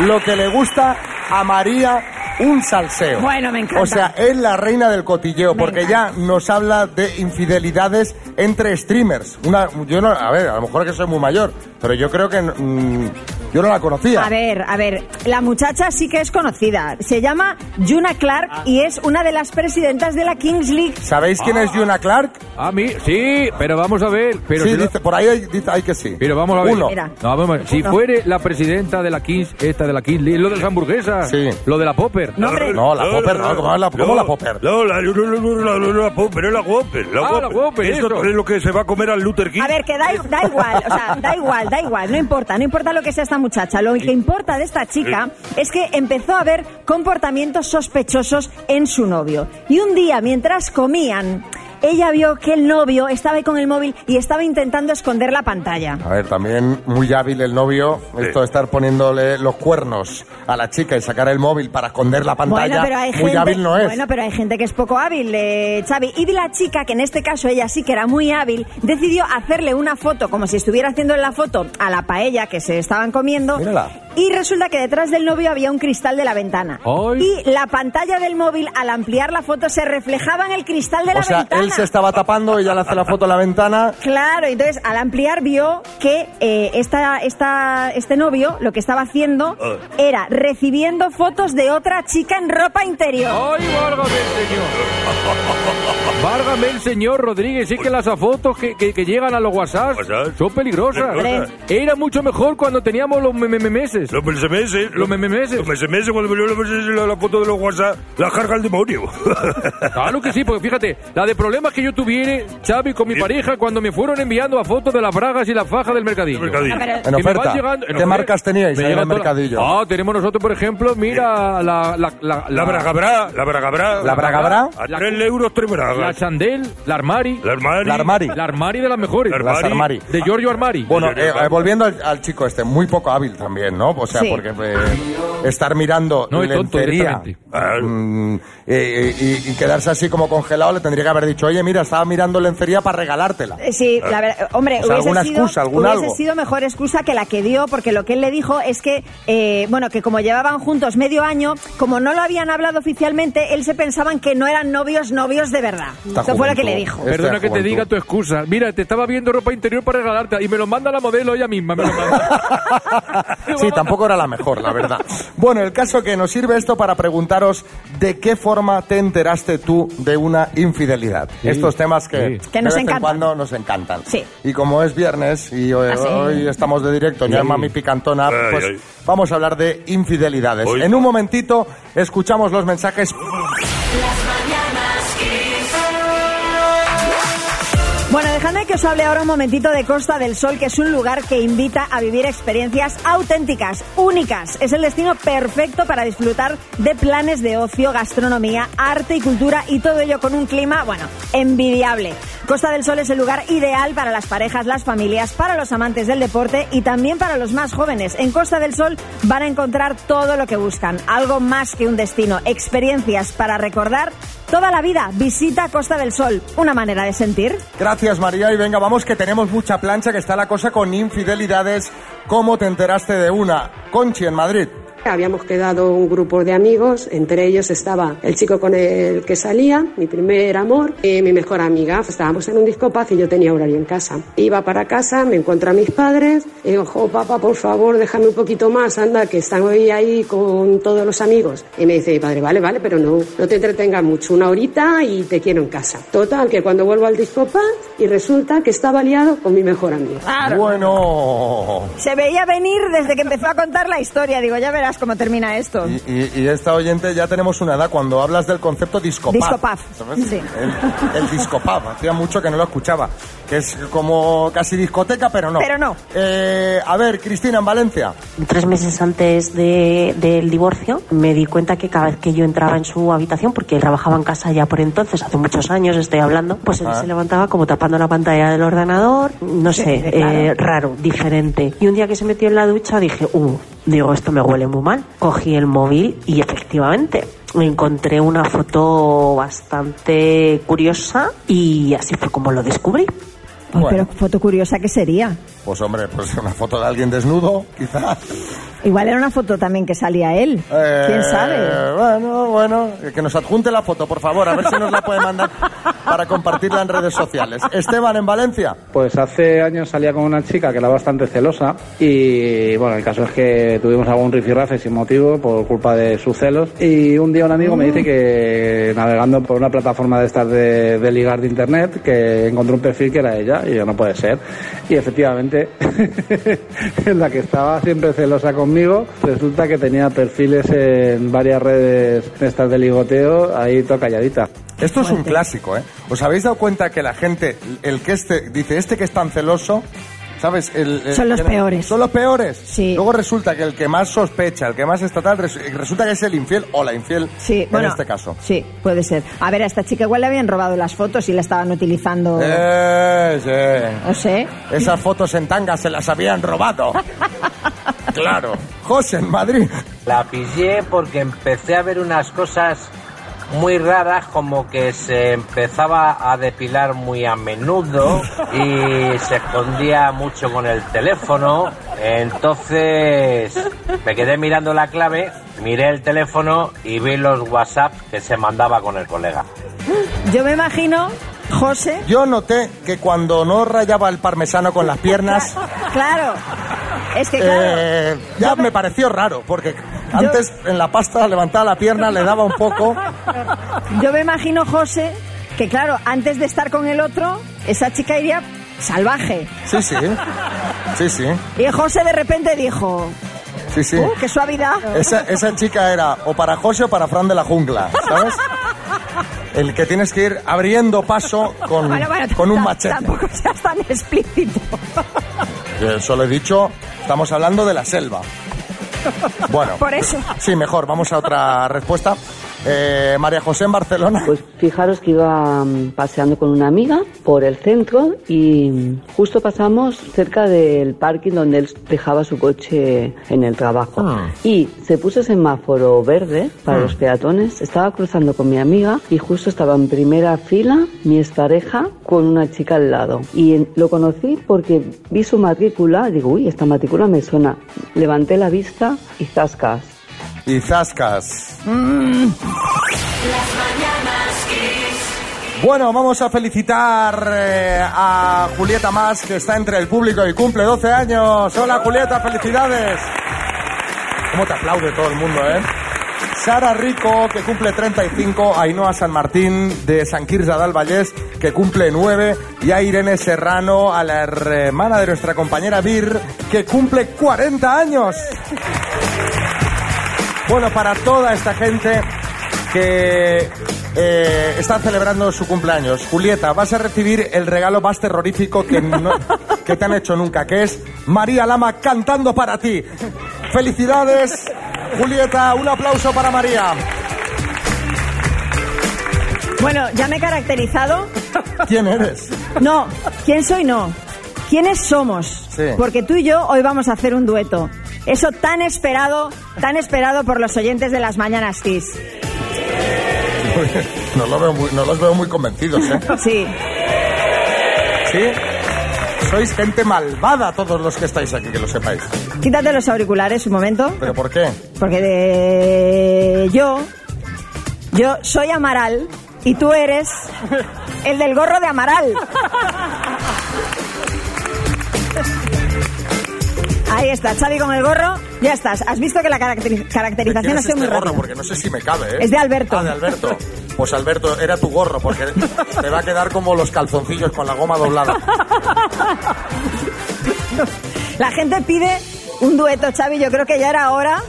Speaker 3: lo que le gusta a María un salseo.
Speaker 1: Bueno, me encanta.
Speaker 3: O sea, es la reina del cotilleo porque ya nos habla de infidelidades entre streamers. Una, yo no, a ver, a lo mejor es que soy muy mayor, pero yo creo que mm, Yo no la conocía.
Speaker 4: A ver, a ver, la muchacha sí que es conocida. Se llama Juna Clark y es una de las presidentas de la Kings League.
Speaker 3: ¿Sabéis quién es Juna Clark?
Speaker 6: A mí, Ah. sí, pero vamos a ver. Pero
Speaker 3: sí,
Speaker 6: si lo-
Speaker 3: dice, por ahí hay- dice hay que sí.
Speaker 6: Pero vamos a ver.
Speaker 3: Uno.
Speaker 6: No, vamos a ver. Si
Speaker 3: Uno.
Speaker 6: fuere la presidenta de la Kings, esta de la Kings League, lo de las hamburguesas, lo de la Popper.
Speaker 3: No, hombre. No, la Popper no, ¿cómo es la- cómo la Popper?
Speaker 5: No, la, no, no, no, la, no, la Popper, es la Whopper. La
Speaker 6: Ah, la Whopper,
Speaker 5: Esto
Speaker 6: eso.
Speaker 5: es lo que se va a comer al Luther King.
Speaker 4: A ver, que da, da igual, o sea, da igual, da igual, no importa, no importa lo que sea esta muchacha. Lo que importa de esta chica es que empezó a ver comportamientos sospechosos en su novio. Y un día, mientras comían, ella vio que el novio estaba ahí con el móvil y estaba intentando esconder la pantalla.
Speaker 3: A ver, también muy hábil el novio, esto de estar poniéndole los cuernos a la chica y sacar el móvil para esconder la pantalla,
Speaker 4: Bueno, pero hay
Speaker 3: muy
Speaker 4: gente-
Speaker 3: hábil no es.
Speaker 4: Bueno, pero hay gente que es poco hábil, eh, Xavi. Y la chica, que en este caso ella sí que era muy hábil, decidió hacerle una foto, como si estuviera haciendo la foto a la paella que se estaban comiendo.
Speaker 3: Mírala.
Speaker 4: Y resulta que detrás del novio había un cristal de la ventana.
Speaker 3: ¡Ay!
Speaker 4: Y la pantalla del móvil, al ampliar la foto, se reflejaba en el cristal de la
Speaker 3: o sea,
Speaker 4: ventana.
Speaker 3: él se estaba tapando, ella le hace la foto a la ventana.
Speaker 4: Claro, entonces al ampliar vio que eh, esta, esta, este novio lo que estaba haciendo
Speaker 3: Ah.
Speaker 4: era recibiendo fotos de otra chica en ropa interior.
Speaker 6: Válgame el señor Rodríguez, sí que las fotos que, que- que llegan a los WhatsApp son peligrosas.
Speaker 5: Hombre.
Speaker 6: Era mucho mejor cuando teníamos los mememeses.
Speaker 5: Los mememeses.
Speaker 6: Los mememeses.
Speaker 5: Los meses cuando me la, la, la foto de los WhatsApp, la carga el demonio.
Speaker 6: Claro que sí, porque fíjate, la de problemas que yo tuviera, Xavi, con mi pareja, cuando me fueron enviando a fotos de las bragas y las fajas del mercadillo.
Speaker 3: mercadillo. Ah, pero- En oferta. ¿Qué marcas teníais ahí en el mercadillo?
Speaker 6: Ah, tenemos nosotros, por ejemplo, mira, la... La, la,
Speaker 5: La bragabra, la bragabra.
Speaker 6: La bragabra.
Speaker 5: A tres euros, tres bragas.
Speaker 6: La chandel, la armari. La
Speaker 5: armari.
Speaker 3: La armari.
Speaker 6: La armari de las mejores.
Speaker 3: La Las armari. armari.
Speaker 6: De Giorgio Armari.
Speaker 3: Bueno, eh, eh, volviendo al, al chico este, muy poco hábil también, ¿no? O sea,
Speaker 6: Sí.
Speaker 3: porque eh, estar mirando
Speaker 6: No, es tonto
Speaker 3: lencería mm, eh, y, y quedarse así como congelado, le tendría que haber dicho, oye, mira, estaba mirando lencería para regalártela.
Speaker 4: Eh, Sí, la verdad, hombre,
Speaker 3: O sea,
Speaker 4: hubiese,
Speaker 3: alguna
Speaker 4: sido,
Speaker 3: excusa, algún
Speaker 4: hubiese
Speaker 3: algo.
Speaker 4: sido mejor excusa que la que dio, porque lo que él le dijo es que, eh, bueno, que como llevaban juntos medio año, como no lo habían hablado oficialmente, él se pensaban que no eran novios, novios de verdad. Eso fue lo que le dijo.
Speaker 6: Perdona que te diga tu excusa. Mira, te estaba viendo ropa interior para regalarte y me lo manda la modelo ella misma. me lo manda.
Speaker 3: Sí, tampoco era la mejor, la verdad. Bueno, el caso que nos sirve esto para preguntaros de qué forma te enteraste tú de una infidelidad.
Speaker 14: Sí,
Speaker 3: Estos temas que,
Speaker 14: sí.
Speaker 4: Que
Speaker 3: de
Speaker 4: nos
Speaker 3: vez en
Speaker 4: encantan.
Speaker 3: cuando nos encantan.
Speaker 4: Sí.
Speaker 3: Y como es viernes y hoy,
Speaker 4: Ah, sí.
Speaker 3: hoy estamos de directo, ya
Speaker 14: Sí.
Speaker 3: en Mami Picantona,
Speaker 14: Ay,
Speaker 3: pues
Speaker 14: ay.
Speaker 3: vamos a hablar de infidelidades.
Speaker 14: Hoy.
Speaker 3: En un momentito escuchamos los mensajes.
Speaker 4: Bueno, dejadme que os hable ahora un momentito de Costa del Sol, que es un lugar que invita a vivir experiencias auténticas, únicas. Es el destino perfecto para disfrutar de planes de ocio, gastronomía, arte y cultura y todo ello con un clima, bueno, envidiable. Costa del Sol es el lugar ideal para las parejas, las familias, para los amantes del deporte y también para los más jóvenes. En Costa del Sol van a encontrar todo lo que buscan, algo más que un destino, experiencias para recordar toda la vida. Visita Costa del Sol, una manera de sentir.
Speaker 3: Gracias María y venga, vamos que tenemos mucha plancha, que está la cosa con infidelidades. ¿Cómo te enteraste de una? Conchi en Madrid.
Speaker 15: Habíamos quedado un grupo de amigos, entre ellos estaba el chico con el que salía, mi primer amor, y mi mejor amiga. Estábamos en un discopaz y yo tenía horario en casa. Iba para casa, me encuentro a mis padres, y digo, "Jo, papá, por favor, déjame un poquito más, anda, que están hoy ahí con todos los amigos. Y me dice mi padre, vale, vale, pero no, no te entretengas mucho, una horita y te quiero en casa. Total, que cuando vuelvo al discopaz y resulta que estaba liado con mi mejor amigo.
Speaker 3: Bueno.
Speaker 4: Se veía venir desde que empezó a contar la historia. Digo, ya verás cómo termina esto.
Speaker 3: Y, y- y esta oyente ya tenemos una edad cuando hablas del concepto discopaf.
Speaker 4: Discopaf,
Speaker 3: ¿sabes?
Speaker 4: sí.
Speaker 3: El, el discopaf, hacía mucho que no lo escuchaba. Que es como casi discoteca, pero no.
Speaker 16: Pero no.
Speaker 3: Eh, a ver, Cristina, en Valencia.
Speaker 16: Tres meses antes de- del divorcio me di cuenta que cada vez que yo entraba en su habitación, porque él trabajaba en casa ya por entonces, hace muchos años estoy hablando, pues él
Speaker 17: Ah.
Speaker 16: se levantaba como tapando la pantalla del ordenador, no sé,
Speaker 17: Claro.
Speaker 16: eh, raro, diferente. Y un día que se metió en la ducha dije, uh, digo, esto me huele muy mal. Cogí el móvil y efectivamente me encontré una foto bastante curiosa y así fue como lo descubrí.
Speaker 4: Pero foto curiosa que sería.
Speaker 3: Pues hombre, pues una foto de alguien desnudo, quizá.
Speaker 4: Igual era una foto también que salía él. ¿Quién sabe?
Speaker 3: Eh, Bueno, bueno, que nos adjunte la foto, por favor, a ver si nos la puede mandar para compartirla en redes sociales. Esteban, en Valencia.
Speaker 14: Pues hace años salía con una chica que era bastante celosa y bueno, el caso es que tuvimos algún rifirrafe sin motivo por culpa de sus celos y un día un amigo me dice que navegando por una plataforma de estas de, de ligar de internet que encontró un perfil que era ella y yo no puede ser y efectivamente la que estaba siempre celosa conmigo resulta que tenía perfiles en varias redes estas de ligoteo ahí toda calladita.
Speaker 3: Esto es un clásico, ¿eh? ¿Os habéis dado cuenta que la gente, el que este, dice, este que es tan celoso, ¿sabes? El- el-
Speaker 4: Son los
Speaker 3: que-
Speaker 4: peores.
Speaker 3: Son los peores. Luego resulta que el que más sospecha, el que más está tal, res- resulta que es el infiel o la infiel
Speaker 4: Sí,
Speaker 3: en
Speaker 4: bueno,
Speaker 3: este caso.
Speaker 4: Sí, puede ser. A ver, a esta chica igual le habían robado las fotos y la estaban utilizando.
Speaker 3: Eh, sí.
Speaker 4: No sé.
Speaker 3: Esas fotos en tanga se las habían robado. claro. José en Madrid.
Speaker 17: La pillé porque empecé a ver unas cosas muy raras, como que se empezaba a depilar muy a menudo y se escondía mucho con el teléfono. Entonces me quedé mirando la clave, miré el teléfono y vi los WhatsApp que se mandaba con el colega.
Speaker 4: Yo me imagino, José.
Speaker 3: Yo noté que cuando no rayaba el parmesano con las piernas,
Speaker 4: Claro. Es que claro.
Speaker 3: eh, ya me pareció raro, porque antes en la pasta levantaba la pierna, le daba un poco.
Speaker 4: Yo me imagino, José, que claro, antes de estar con el otro, esa chica iría salvaje.
Speaker 3: Sí, sí. Sí, sí.
Speaker 4: Y José de repente dijo,
Speaker 3: Sí, sí.
Speaker 4: "Uh, qué suavidad!
Speaker 3: Esa, esa chica era o para José o para Fran de la Jungla, ¿sabes? El que tienes que ir abriendo paso con,
Speaker 4: Bueno, bueno,
Speaker 3: con un
Speaker 4: tam-
Speaker 3: machete.
Speaker 4: Tampoco seas tan explícito.
Speaker 3: Eh, Solo he dicho, estamos hablando de la selva. Bueno.
Speaker 4: Por eso.
Speaker 3: Sí, mejor, vamos a otra respuesta. Eh, María José en Barcelona.
Speaker 18: Pues fijaros que iba mm, paseando con una amiga por el centro y mm, justo pasamos cerca del parking donde él dejaba su coche en el trabajo. Y se puso semáforo verde para
Speaker 19: Ah.
Speaker 18: los peatones. Estaba cruzando con mi amiga y justo estaba en primera fila mi expareja con una chica al lado. Y en- lo conocí porque vi su matrícula. Digo, uy, esta matrícula me suena. Levanté la vista y zascas.
Speaker 3: Y Zascas. Bueno, vamos a felicitar eh, a Julieta Más, que está entre el público y cumple 12 años. Hola Julieta, felicidades. ¿Cómo te aplaude todo el mundo, eh? Sara Rico, que cumple 35, Ainhoa San Martín de San Quirza del Vallés, que cumple 9, y a Irene Serrano, a la hermana de nuestra compañera Vir, que cumple 40 años. Bueno, para toda esta gente que eh, está celebrando su cumpleaños, Julieta, vas a recibir el regalo más terrorífico que, no- que te han hecho nunca, que es María Lama cantando para ti. Felicidades, Julieta, un aplauso para María.
Speaker 4: Bueno, ya me he caracterizado.
Speaker 3: ¿Quién eres?
Speaker 4: No, ¿quién soy? No. ¿Quiénes somos?
Speaker 3: Sí.
Speaker 4: Porque tú y yo hoy vamos a hacer un dueto. Eso tan esperado, tan esperado por los oyentes de las mañanas Kiss.
Speaker 3: No, lo veo muy- no los veo muy convencidos, ¿eh?
Speaker 4: Sí.
Speaker 3: ¿Sí? Sois gente malvada todos los que estáis aquí, que lo sepáis.
Speaker 4: Quítate los auriculares un momento.
Speaker 3: ¿Pero por qué?
Speaker 4: Porque de... yo, yo soy Amaral y tú eres el del gorro de Amaral. Ahí está, Xavi con el gorro. Ya estás. Has visto que la caracteri-
Speaker 3: ¿Quién
Speaker 4: caracterización ha
Speaker 3: es
Speaker 4: sido
Speaker 3: este
Speaker 4: muy
Speaker 3: gorro?
Speaker 4: rápida.
Speaker 3: Porque no sé si me cabe, ¿eh?
Speaker 4: Es de Alberto.
Speaker 3: Ah, de Alberto. Pues Alberto, era tu gorro, porque te va a quedar como los calzoncillos con la goma doblada.
Speaker 4: La gente pide un dueto, Xavi. Yo creo que ya era hora.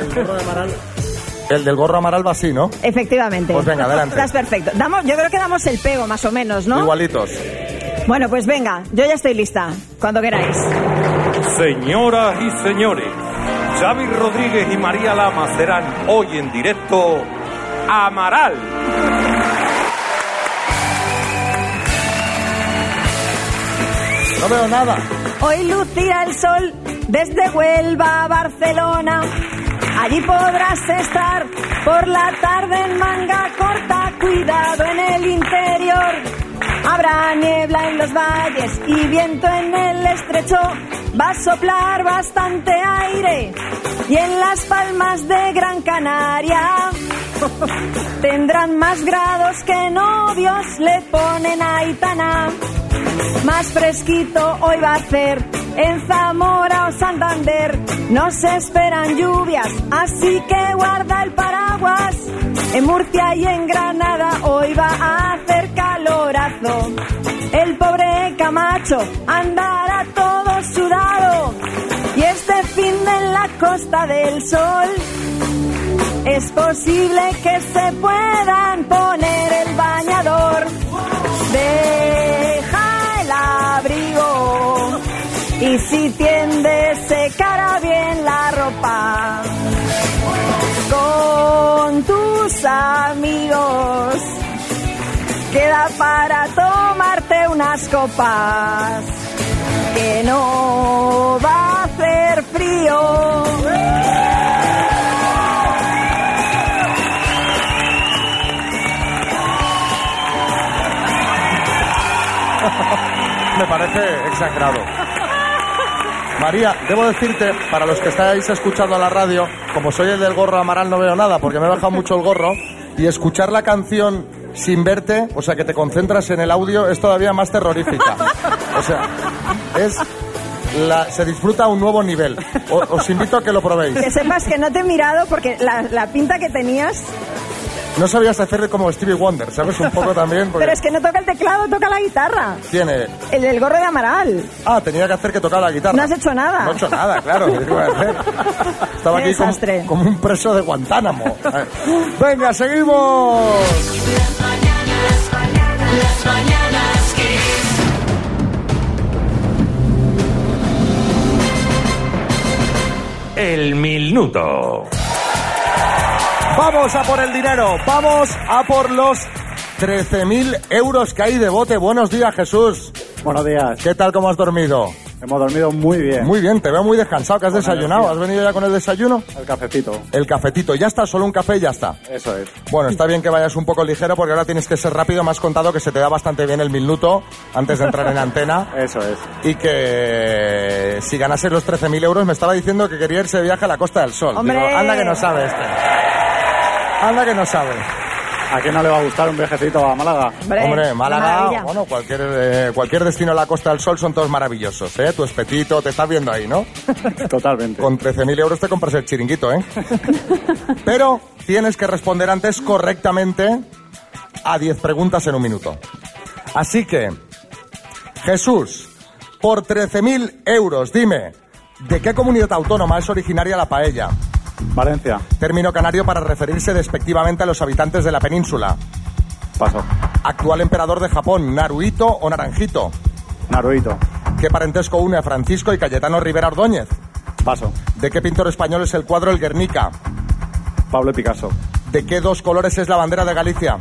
Speaker 3: El del gorro amaral va así, ¿no?
Speaker 4: Efectivamente.
Speaker 3: Pues venga, adelante.
Speaker 4: Estás perfecto. Damos, yo creo que damos el pego, más o menos, ¿no?
Speaker 3: Igualitos.
Speaker 4: Bueno, pues venga, yo ya estoy lista. Cuando queráis.
Speaker 5: Señoras y señores, Xavi Rodríguez y María Lama serán hoy en directo Amaral.
Speaker 3: No veo nada.
Speaker 4: Hoy lucirá el sol desde Huelva a Barcelona. Allí podrás estar por la tarde en manga corta, cuidado en el interior. Habrá niebla en los valles y viento en el estrecho. Va a soplar bastante aire. Y en las palmas de Gran Canaria tendrán más grados que novios le ponen a Aitana. Más fresquito hoy va a hacer en Zamora o Santander. No se esperan lluvias, así que guarda el paraguas. En Murcia y en Granada hoy va a hacer calorazo. El pobre Camacho andará todo sudado. Y este fin de en la Costa del Sol es posible que se puedan poner el bañador. Deja el abrigo y si tiende secará bien la ropa. Con tus amigos queda para tomarte unas copas. Que no va a hacer frío.
Speaker 3: Me parece exagerado. María, debo decirte, para los que estáis escuchando la radio, como soy el del gorro amaral no veo nada porque me he bajado mucho el gorro y escuchar la canción sin verte, o sea que te concentras en el audio, es todavía más terrorífica. O sea, es la- se disfruta a un nuevo nivel. O- os invito a que lo probéis.
Speaker 4: Que sepas que no te he mirado porque la, la pinta que tenías.
Speaker 3: No sabías hacer como Stevie Wonder, ¿sabes? Un poco también porque
Speaker 4: Pero es que no toca el teclado, toca la guitarra.
Speaker 3: tiene...
Speaker 4: El del gorro de Amaral.
Speaker 3: Ah, tenía que hacer que tocar la guitarra.
Speaker 4: No has hecho nada.
Speaker 3: No he hecho nada, claro. ¿qué iba a hacer? Estaba
Speaker 4: Qué
Speaker 3: aquí como,
Speaker 4: desastre.
Speaker 3: como un preso de Guantánamo. Venga, seguimos.
Speaker 1: Las mañanas Kiss.
Speaker 5: El minuto.
Speaker 3: Vamos a por el dinero, vamos a por los 13.000 euros que hay de bote. Buenos días, Jesús. Buenos días. ¿Qué tal, cómo has dormido? Hemos dormido muy bien. Muy bien, te veo muy descansado, que has desayunado. ¿Has venido ya con el desayuno? El cafecito. El cafetito, ya está, solo un café y ya está.
Speaker 14: Eso es.
Speaker 3: Bueno, está bien que vayas un poco ligero porque ahora tienes que ser rápido. Me has contado que se te da bastante bien el minuto antes de entrar en antena. Eso es. Y que si ganase los 13.000 euros me estaba diciendo que quería irse de viaje a la Costa del Sol.
Speaker 1: Hombre.
Speaker 3: Digo, anda que no sabe este. Anda que no sabe.
Speaker 14: ¿A quién no le va a gustar un viajecito a Málaga?
Speaker 3: Hombre, Málaga, bueno, cualquier, eh, cualquier destino a la Costa del Sol son todos maravillosos, ¿eh? Tu espetito, te estás viendo ahí, ¿no? Totalmente. Con 13.000 euros te compras el chiringuito, ¿eh? Pero tienes que responder antes correctamente a 10 preguntas en un minuto. Así que, Jesús, por 13.000 euros, dime, ¿de qué comunidad autónoma es originaria la paella? Valencia. Término canario para referirse despectivamente a los habitantes de la península. Paso. Actual emperador de Japón, Naruhito o Naranjito. Naruhito. ¿Qué parentesco une a Francisco y Cayetano Rivera Ordóñez? Paso. ¿De qué pintor español es el cuadro El Guernica? Pablo Picasso. ¿De qué dos colores es la bandera de Galicia?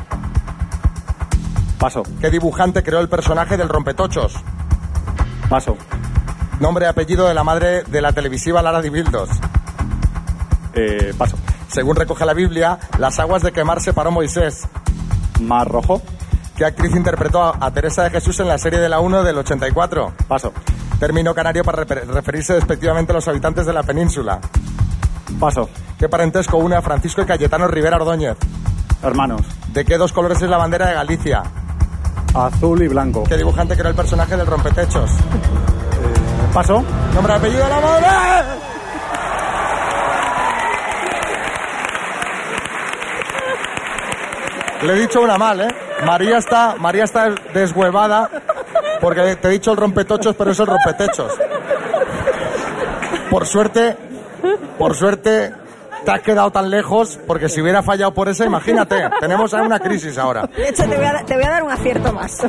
Speaker 3: Paso. ¿Qué dibujante creó el personaje del Rompetochos? Paso. Nombre y apellido de la madre de la televisiva Lara Dibildos. Eh, paso. Según recoge la Biblia, las aguas de quemar separó Moisés. Mar Rojo. ¿Qué actriz interpretó a, a Teresa de Jesús en la serie de la 1 del 84? Paso. Término canario para refer- referirse despectivamente a los habitantes de la península. Paso. ¿Qué parentesco une a Francisco y Cayetano Rivera Ordóñez? Hermanos. ¿De qué dos colores es la bandera de Galicia? Azul y blanco. ¿Qué dibujante creó el personaje del rompetechos? Eh, Paso. Nombre y apellido de la madre. Le he dicho una mal, ¿eh? María está, María está deshuevada porque te he dicho el rompetochos, pero es el rompetechos. Por suerte, por suerte, te has quedado tan lejos porque si hubiera fallado por esa, imagínate, tenemos ahora una crisis ahora.
Speaker 4: De hecho, te voy a, te voy a dar un acierto más.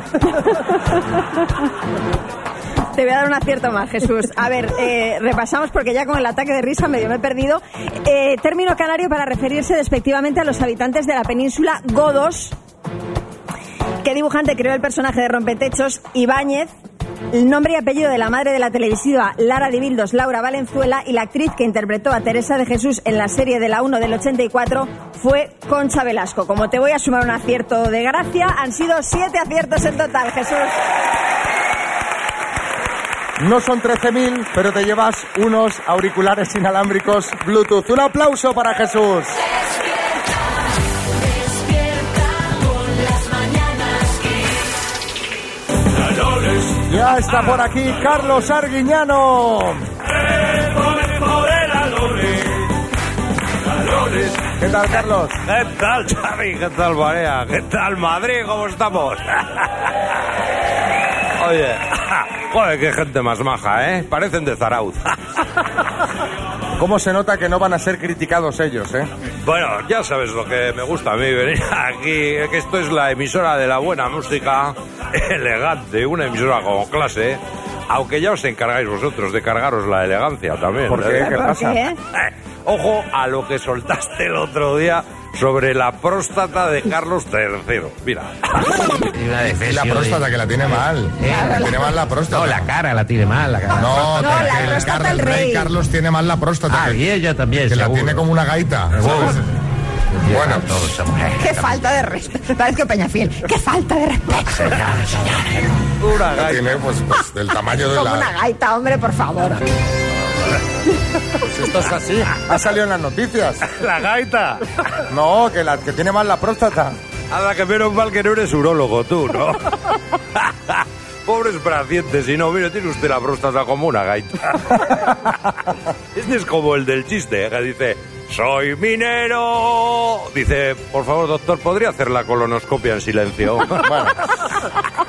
Speaker 4: Te voy a dar un acierto más, Jesús. A ver, eh, repasamos porque ya con el ataque de risa medio me he perdido. Eh, término canario para referirse despectivamente a los habitantes de la península godos. ¿Qué dibujante creó el personaje de Rompetechos? Ibáñez. El nombre y apellido de la madre de la televisiva Lara de Bildos, Laura Valenzuela, y la actriz que interpretó a Teresa de Jesús en la serie de la 1 del 84 fue Concha Velasco. Como te voy a sumar un acierto de gracia, han sido siete aciertos en total, Jesús.
Speaker 3: No son 13.000, pero te llevas unos auriculares inalámbricos Bluetooth. Un aplauso para Jesús. Ya está por aquí Carlos Arguiñano. ¿Qué tal, Carlos?
Speaker 5: ¿Qué tal, Xavi? ¿Qué tal, Marea? ¿Qué tal, Madrid? ¿Cómo estamos? Oye, joder, qué gente más maja, ¿eh? Parecen de Zarauz.
Speaker 3: ¿Cómo se nota que no van a ser criticados ellos, eh?
Speaker 5: Bueno, ya sabes lo que me gusta a mí venir aquí, eh, que esto es la emisora de la buena música, elegante, una emisora con clase, aunque ya os encargáis vosotros de cargaros la elegancia también.
Speaker 3: ¿Por qué?
Speaker 5: ¿eh?
Speaker 3: ¿Qué ¿Por pasa? qué?
Speaker 5: Eh, Ojo a lo que soltaste el otro día sobre la próstata de Carlos III. Mira.
Speaker 3: La próstata que la tiene mal. La tiene mal la próstata. No, la cara la tiene mal. No,
Speaker 5: No,
Speaker 3: que-
Speaker 5: la
Speaker 3: que
Speaker 5: próstata
Speaker 3: cara-
Speaker 5: al rey.
Speaker 3: Carlos tiene mal la próstata. que-
Speaker 19: Ah, ella también,
Speaker 3: Que la tiene como una gaita. ¿sabes? Bueno.
Speaker 20: Qué falta de respeto. Parece Peñafiel. Qué falta de respeto.
Speaker 3: Una gaita. Tiene pues, pues, del tamaño de
Speaker 20: Como una
Speaker 3: la...
Speaker 20: gaita, hombre, por favor.
Speaker 3: Pues esto es así. Ha salido en las noticias. La gaita. No, que la que tiene mal la próstata.
Speaker 5: Anda, que menos mal que no eres urólogo tú, ¿no? Pobres pacientes, si no, mira, tiene usted la próstata como una gaita. este es como el del chiste, ¿eh? que dice, soy minero. Dice, por favor, doctor, ¿podría hacer la colonoscopia en silencio?
Speaker 3: Bueno.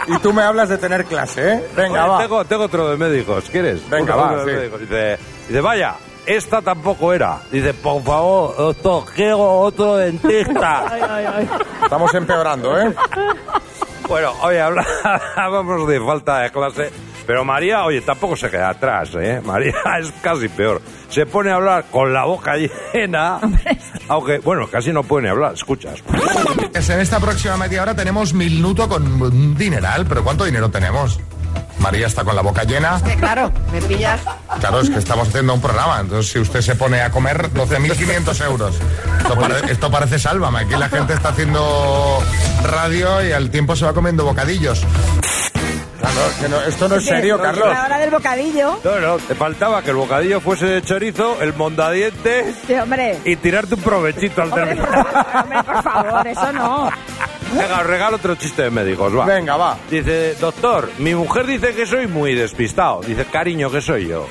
Speaker 3: Y tú me hablas de tener clase, ¿eh? Venga,
Speaker 5: Oye,
Speaker 3: va.
Speaker 5: Tengo, tengo otro de médicos, ¿quieres?
Speaker 3: Venga,
Speaker 5: Uno,
Speaker 3: va,
Speaker 5: uno de
Speaker 3: sí.
Speaker 5: médicos. Dice, dice, vaya, esta tampoco era. Dice, por favor, doctor, quiero otro dentista.
Speaker 3: Estamos empeorando, ¿eh?
Speaker 5: Bueno, oye, hablábamos de falta de clase, pero María, oye, tampoco se queda atrás, ¿eh? María es casi peor. Se pone a hablar con la boca llena, aunque, bueno, casi no puede ni hablar, escuchas.
Speaker 21: Es En esta próxima media hora tenemos minuto con un dineral, pero ¿cuánto dinero tenemos? María está con la boca llena.
Speaker 20: Que claro, me pillas.
Speaker 21: Claro, es que estamos haciendo un programa, entonces si usted se pone a comer 12.500 euros. Esto, pare- esto parece sálvame, aquí la gente está haciendo radio y al tiempo se va comiendo bocadillos.
Speaker 3: esto
Speaker 4: Sí, La hora del bocadillo.
Speaker 5: No, no, te faltaba que el bocadillo fuese de chorizo, el mondadiente
Speaker 4: Sí, hombre.
Speaker 5: y tirarte un provechito al terminar.
Speaker 4: Hombre, por favor, eso no.
Speaker 5: Venga, os regalo otro chiste de médicos, va.
Speaker 3: Venga, va.
Speaker 5: Dice, doctor, mi mujer dice que soy muy despistado. Dice, cariño, que soy yo.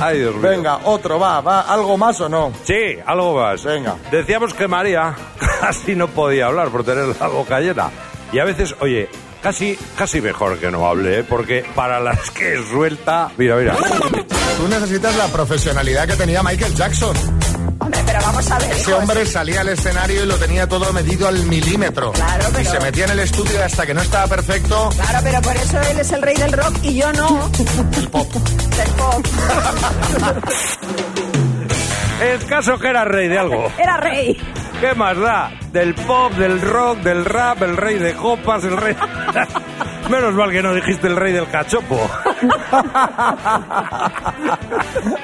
Speaker 5: Ay, Dios mío.
Speaker 3: Venga, otro, va, va. ¿Algo más o no?
Speaker 5: Sí, algo más. Venga. Decíamos que María casi no podía hablar por tener la boca llena. Y a veces, oye, casi, casi mejor que no hable, ¿eh? porque para las que suelta. Mira, mira.
Speaker 21: Tú necesitas la profesionalidad que tenía Michael Jackson.
Speaker 20: Hombre, pero vamos a ver.
Speaker 21: Ese hombre salía al escenario y lo tenía todo medido al milímetro. Y se metía en el estudio hasta que no estaba perfecto.
Speaker 20: Claro, pero por eso él es el rey del rock y yo no.
Speaker 21: El pop.
Speaker 20: Del pop.
Speaker 5: El caso que era rey de algo.
Speaker 4: Era rey.
Speaker 5: ¿Qué más da? Del pop, del rock, del rap, el rey de copas, el rey. Menos mal que no dijiste el rey del cachopo.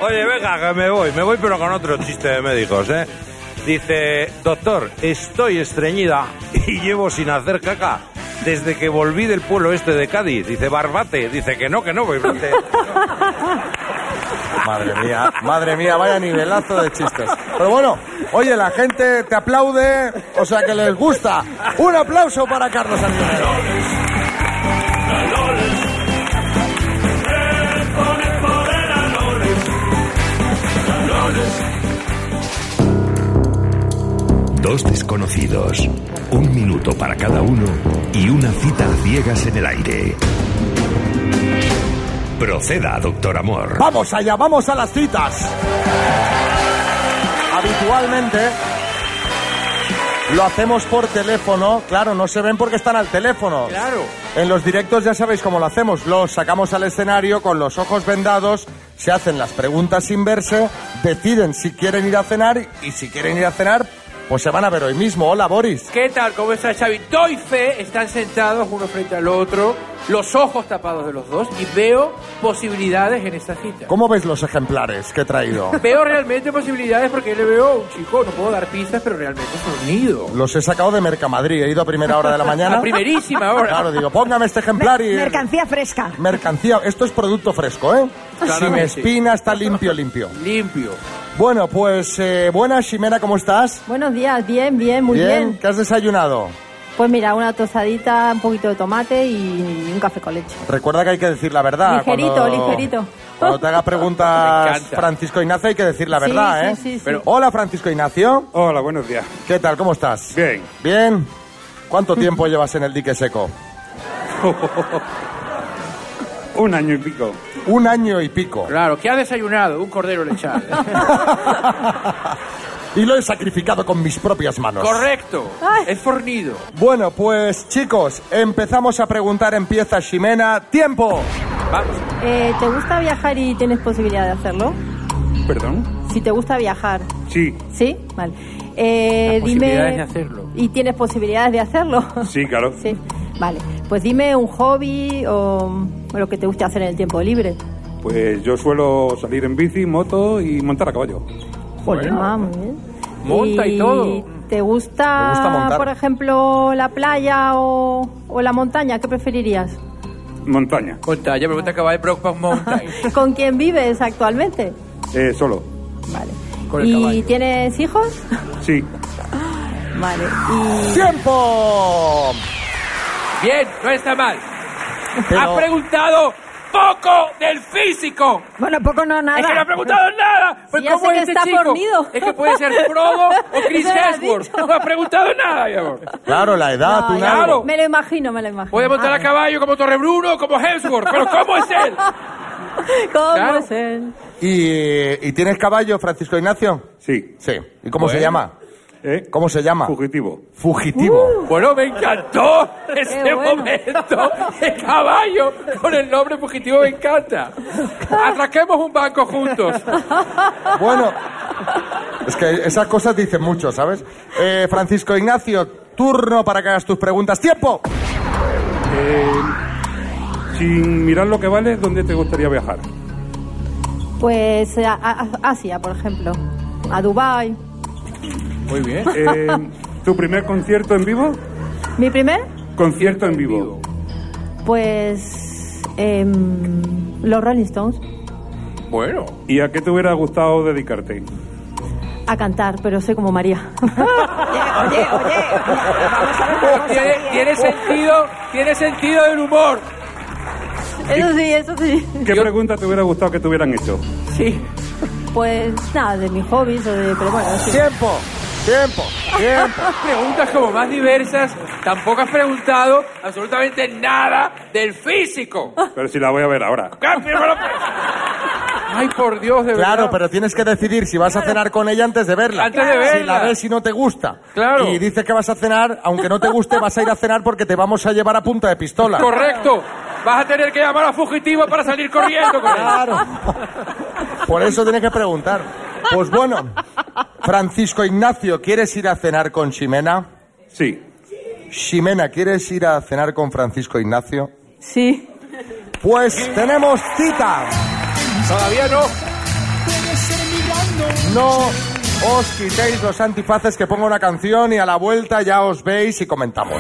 Speaker 5: Oye, venga, que me voy, me voy, pero con otro chiste de médicos, ¿eh? Dice, doctor, estoy estreñida y llevo sin hacer caca desde que volví del pueblo este de Cádiz. Dice, barbate. Dice que no, que no, barbate.
Speaker 3: Madre mía, madre mía, vaya nivelazo de chistes. Pero bueno, oye, la gente te aplaude, o sea que les gusta. Un aplauso para Carlos Arguiñano.
Speaker 22: Dos desconocidos, un minuto para cada uno y una cita a ciegas en el aire. Proceda, doctor Amor.
Speaker 3: Vamos allá, vamos a las citas. Habitualmente lo hacemos por teléfono, claro, no se ven porque están al teléfono.
Speaker 5: Claro.
Speaker 3: En los directos ya sabéis cómo lo hacemos, los sacamos al escenario con los ojos vendados, se hacen las preguntas sin verse, deciden si quieren ir a cenar y si quieren ir a cenar, Pues se van a ver hoy mismo. Hola, Boris.
Speaker 17: ¿Qué tal? ¿Cómo está Xavi? Doy fe, están sentados uno frente al otro, los ojos tapados de los dos y veo posibilidades en esta cita.
Speaker 3: ¿Cómo ves los ejemplares que he traído?
Speaker 17: Veo realmente posibilidades porque le veo a un chico, no puedo dar pistas, pero realmente es un nido.
Speaker 3: Los he sacado de Mercamadrid. He ido a primera hora de la mañana.
Speaker 17: A primerísima hora.
Speaker 3: Claro, digo, póngame este ejemplar y.
Speaker 4: Mercancía fresca.
Speaker 3: Mercancía. Esto es producto fresco, ¿eh? Sin
Speaker 17: Claramente.
Speaker 3: espina, está limpio, limpio.
Speaker 17: Limpio.
Speaker 3: Bueno, pues eh, buenas, Ximena, ¿cómo estás?
Speaker 19: Buenos días, bien, bien, muy
Speaker 3: bien.
Speaker 19: bien.
Speaker 3: ¿Qué has desayunado?
Speaker 19: Pues mira, una tostadita, un poquito de tomate y un café con leche.
Speaker 3: Recuerda que hay que decir la verdad.
Speaker 23: Ah,
Speaker 19: ligerito,
Speaker 3: cuando-
Speaker 19: ligerito.
Speaker 3: Cuando te haga
Speaker 19: Me
Speaker 3: preguntas
Speaker 19: encanta.
Speaker 3: Francisco Ignacio hay que decir la
Speaker 19: Sí,
Speaker 3: verdad,
Speaker 19: sí,
Speaker 3: ¿eh?
Speaker 19: sí, sí.
Speaker 3: Pero- hola Francisco Ignacio. Hola, buenos días. ¿Qué tal? ¿Cómo estás? Bien. Bien. ¿Cuánto tiempo llevas en el dique seco?
Speaker 23: Un año y pico.
Speaker 3: Un año y pico.
Speaker 17: Claro, ¿qué ha desayunado? Un cordero lechal.
Speaker 3: Y lo he sacrificado con mis propias manos.
Speaker 17: Correcto, es fornido.
Speaker 3: Bueno, pues chicos, empezamos a preguntar. Empieza Ximena. ¡Tiempo!
Speaker 17: Vamos.
Speaker 19: Eh, ¿Te gusta viajar y tienes posibilidad de hacerlo?
Speaker 23: Perdón.
Speaker 19: Si te gusta viajar,
Speaker 23: Sí,
Speaker 19: ¿sí? Vale. Eh,
Speaker 23: posibilidades de
Speaker 19: dime...
Speaker 23: hacerlo.
Speaker 19: ¿Y tienes posibilidades de hacerlo?
Speaker 23: sí, claro.
Speaker 19: sí. Vale. Pues dime un hobby o o lo que te guste hacer en el tiempo libre.
Speaker 23: Pues yo suelo salir en bici, moto y montar a caballo.
Speaker 19: Jolín, ah, muy bien.
Speaker 23: Monta y todo.
Speaker 19: ¿Te gusta,
Speaker 23: Me gusta montar.
Speaker 19: por ejemplo, la playa o, o la montaña? ¿Qué preferirías?
Speaker 23: Montaña.
Speaker 17: Montaña, me gusta acabar de Brockback Mountain.
Speaker 19: ¿Con quién vives actualmente?
Speaker 23: Eh, solo.
Speaker 17: Con
Speaker 19: ¿Y tienes hijos?
Speaker 23: Sí.
Speaker 19: Vale.
Speaker 3: ¡Tiempo!
Speaker 17: Bien, no está mal.
Speaker 4: Pero-
Speaker 17: Has preguntado poco del físico.
Speaker 4: Bueno, poco no, nada.
Speaker 17: Es que no ha preguntado nada. Pues
Speaker 4: Sí, ya
Speaker 17: ¿cómo
Speaker 4: sé
Speaker 17: es
Speaker 4: que
Speaker 17: este
Speaker 4: está
Speaker 17: chico?
Speaker 4: fornido.
Speaker 17: Es que puede ser Frodo o Chris
Speaker 19: Eso me lo has
Speaker 17: Hemsworth.
Speaker 19: dicho.
Speaker 17: No ha preguntado nada, mi amor.
Speaker 3: Claro, la
Speaker 6: Ah,
Speaker 3: edad,
Speaker 19: No,
Speaker 3: un
Speaker 19: ya-
Speaker 3: algo.
Speaker 19: Me lo imagino, me lo imagino. Ah,
Speaker 17: Puede
Speaker 4: Ah.
Speaker 17: montar a caballo como Torrebruno, como Hemsworth. Pero ¿cómo es él?
Speaker 19: ¿Cómo
Speaker 17: Claro.
Speaker 19: es él?
Speaker 3: ¿Y, y tienes caballo, Francisco Ignacio?
Speaker 23: Sí.
Speaker 3: Sí. ¿Y cómo se
Speaker 23: Bueno.
Speaker 3: llama? ¿Cómo se llama?
Speaker 23: Fugitivo.
Speaker 3: Fugitivo.
Speaker 17: Bueno, me encantó ese
Speaker 19: Qué bueno.
Speaker 17: momento. El caballo con el nombre fugitivo me encanta. Atraquemos un banco juntos.
Speaker 3: Bueno, es que esas cosas dicen mucho, ¿sabes? Eh, Francisco Ignacio, turno para que hagas tus preguntas. ¡Tiempo!
Speaker 23: Eh, sin mirar lo que vale, ¿dónde te gustaría viajar?
Speaker 19: Pues a- a- Asia, por ejemplo. A Dubai.
Speaker 23: Muy bien. Eh, ¿Tu primer concierto en vivo?
Speaker 19: ¿Mi primer?
Speaker 23: Concierto en vivo.
Speaker 19: Pues em, los Rolling Stones.
Speaker 17: Bueno.
Speaker 23: ¿Y a qué te hubiera gustado dedicarte?
Speaker 19: A cantar, pero soy como María.
Speaker 17: Tiene, tiene sentido, tiene sentido del humor.
Speaker 19: eso sí, eso sí.
Speaker 23: ¿Qué pregunta te hubiera gustado que te hubieran hecho?
Speaker 19: Sí. Pues nada, de mis hobbies o de... Pero bueno, sí.
Speaker 3: Tiempo, tiempo, tiempo.
Speaker 17: Preguntas como más diversas. Tampoco has preguntado absolutamente nada del físico.
Speaker 23: Pero si la voy a ver ahora.
Speaker 17: Ay, por Dios, de
Speaker 3: Claro,
Speaker 17: verdad.
Speaker 3: pero tienes que decidir si vas a cenar con ella antes de verla.
Speaker 17: Antes de
Speaker 3: Si la
Speaker 17: verla.
Speaker 3: ves y no te gusta.
Speaker 17: Claro.
Speaker 3: Y dices que vas a cenar, aunque no te guste, vas a ir a cenar porque te vamos a llevar a punta de pistola.
Speaker 17: Correcto. Vas a tener que llamar a fugitivo para salir corriendo con él.
Speaker 3: Claro. Por eso tienes que preguntar. Pues bueno, Francisco Ignacio, ¿quieres ir a cenar con Ximena?
Speaker 23: Sí.
Speaker 3: Ximena, ¿quieres ir a cenar con Francisco Ignacio?
Speaker 19: Sí.
Speaker 3: Pues tenemos cita.
Speaker 17: Todavía no.
Speaker 3: No os quitéis los antifaces que pongo una canción y a la vuelta ya os veis y comentamos.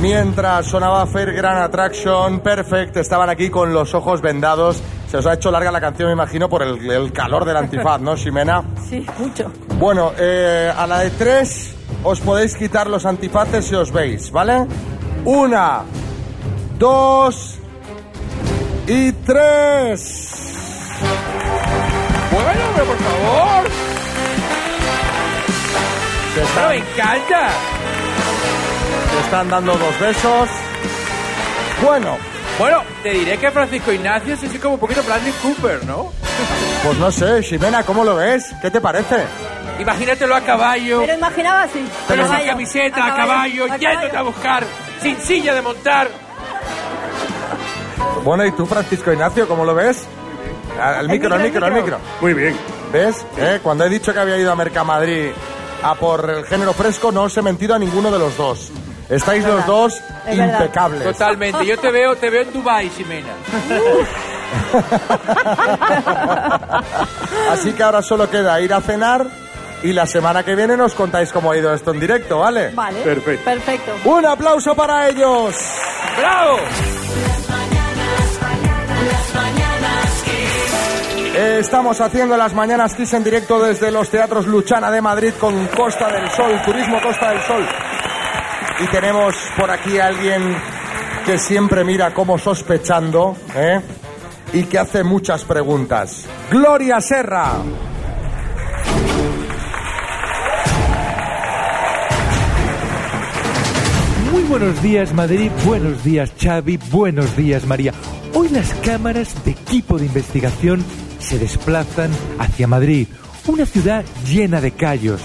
Speaker 3: Mientras sonaba Fair Grand Attraction, Perfect, estaban aquí con los ojos vendados. Se os ha hecho larga la canción, me imagino, por el, el calor del antifaz, ¿no, Ximena?
Speaker 19: Sí, mucho.
Speaker 3: Bueno, eh, a la de tres os podéis quitar los antifaces si os veis, ¿vale? Una, dos y tres.
Speaker 17: Bueno, pero por favor. Pero me encanta.
Speaker 3: Se están dando dos besos. Bueno,
Speaker 17: Bueno, te diré que Francisco Ignacio es así como un poquito Bradley Cooper, ¿no?
Speaker 3: pues no sé, Ximena, ¿cómo lo ves? ¿Qué te parece?
Speaker 17: Imagínatelo a caballo,
Speaker 19: Pero imaginaba así.
Speaker 17: pero
Speaker 19: a
Speaker 17: sin
Speaker 19: caballo,
Speaker 17: camiseta, a caballo,
Speaker 19: a
Speaker 17: yéndote a buscar, sin silla de montar.
Speaker 3: Bueno, ¿y tú, Francisco Ignacio, cómo lo ves? Al, al micro, al micro, al micro.
Speaker 23: Muy bien.
Speaker 3: ¿Ves? Eh, Cuando he dicho que había ido a Mercamadrid a por el género fresco, no os he mentido a ninguno de los dos. Estáis los dos
Speaker 8: Es verdad.
Speaker 3: impecables.
Speaker 8: Totalmente. Yo te veo, te veo en Dubai, Ximena.
Speaker 17: Pues
Speaker 3: Así que ahora solo queda ir a cenar y la semana que viene nos contáis cómo ha ido esto en directo, ¿vale?
Speaker 19: Vale. Perfecto.
Speaker 3: Un aplauso para ellos.
Speaker 8: ¡Bravo!
Speaker 3: Eh, estamos haciendo las mañanas Kiss en directo desde los teatros Luchana de Madrid con Costa del Sol, Turismo Costa del Sol. Y tenemos por aquí a alguien que siempre mira como sospechando ¿eh? y que hace muchas preguntas. Gloria Serra.
Speaker 2: Muy buenos días Madrid, buenos días Xavi, buenos días María. Hoy las cámaras de equipo de investigación se desplazan hacia Madrid, una ciudad llena de callos.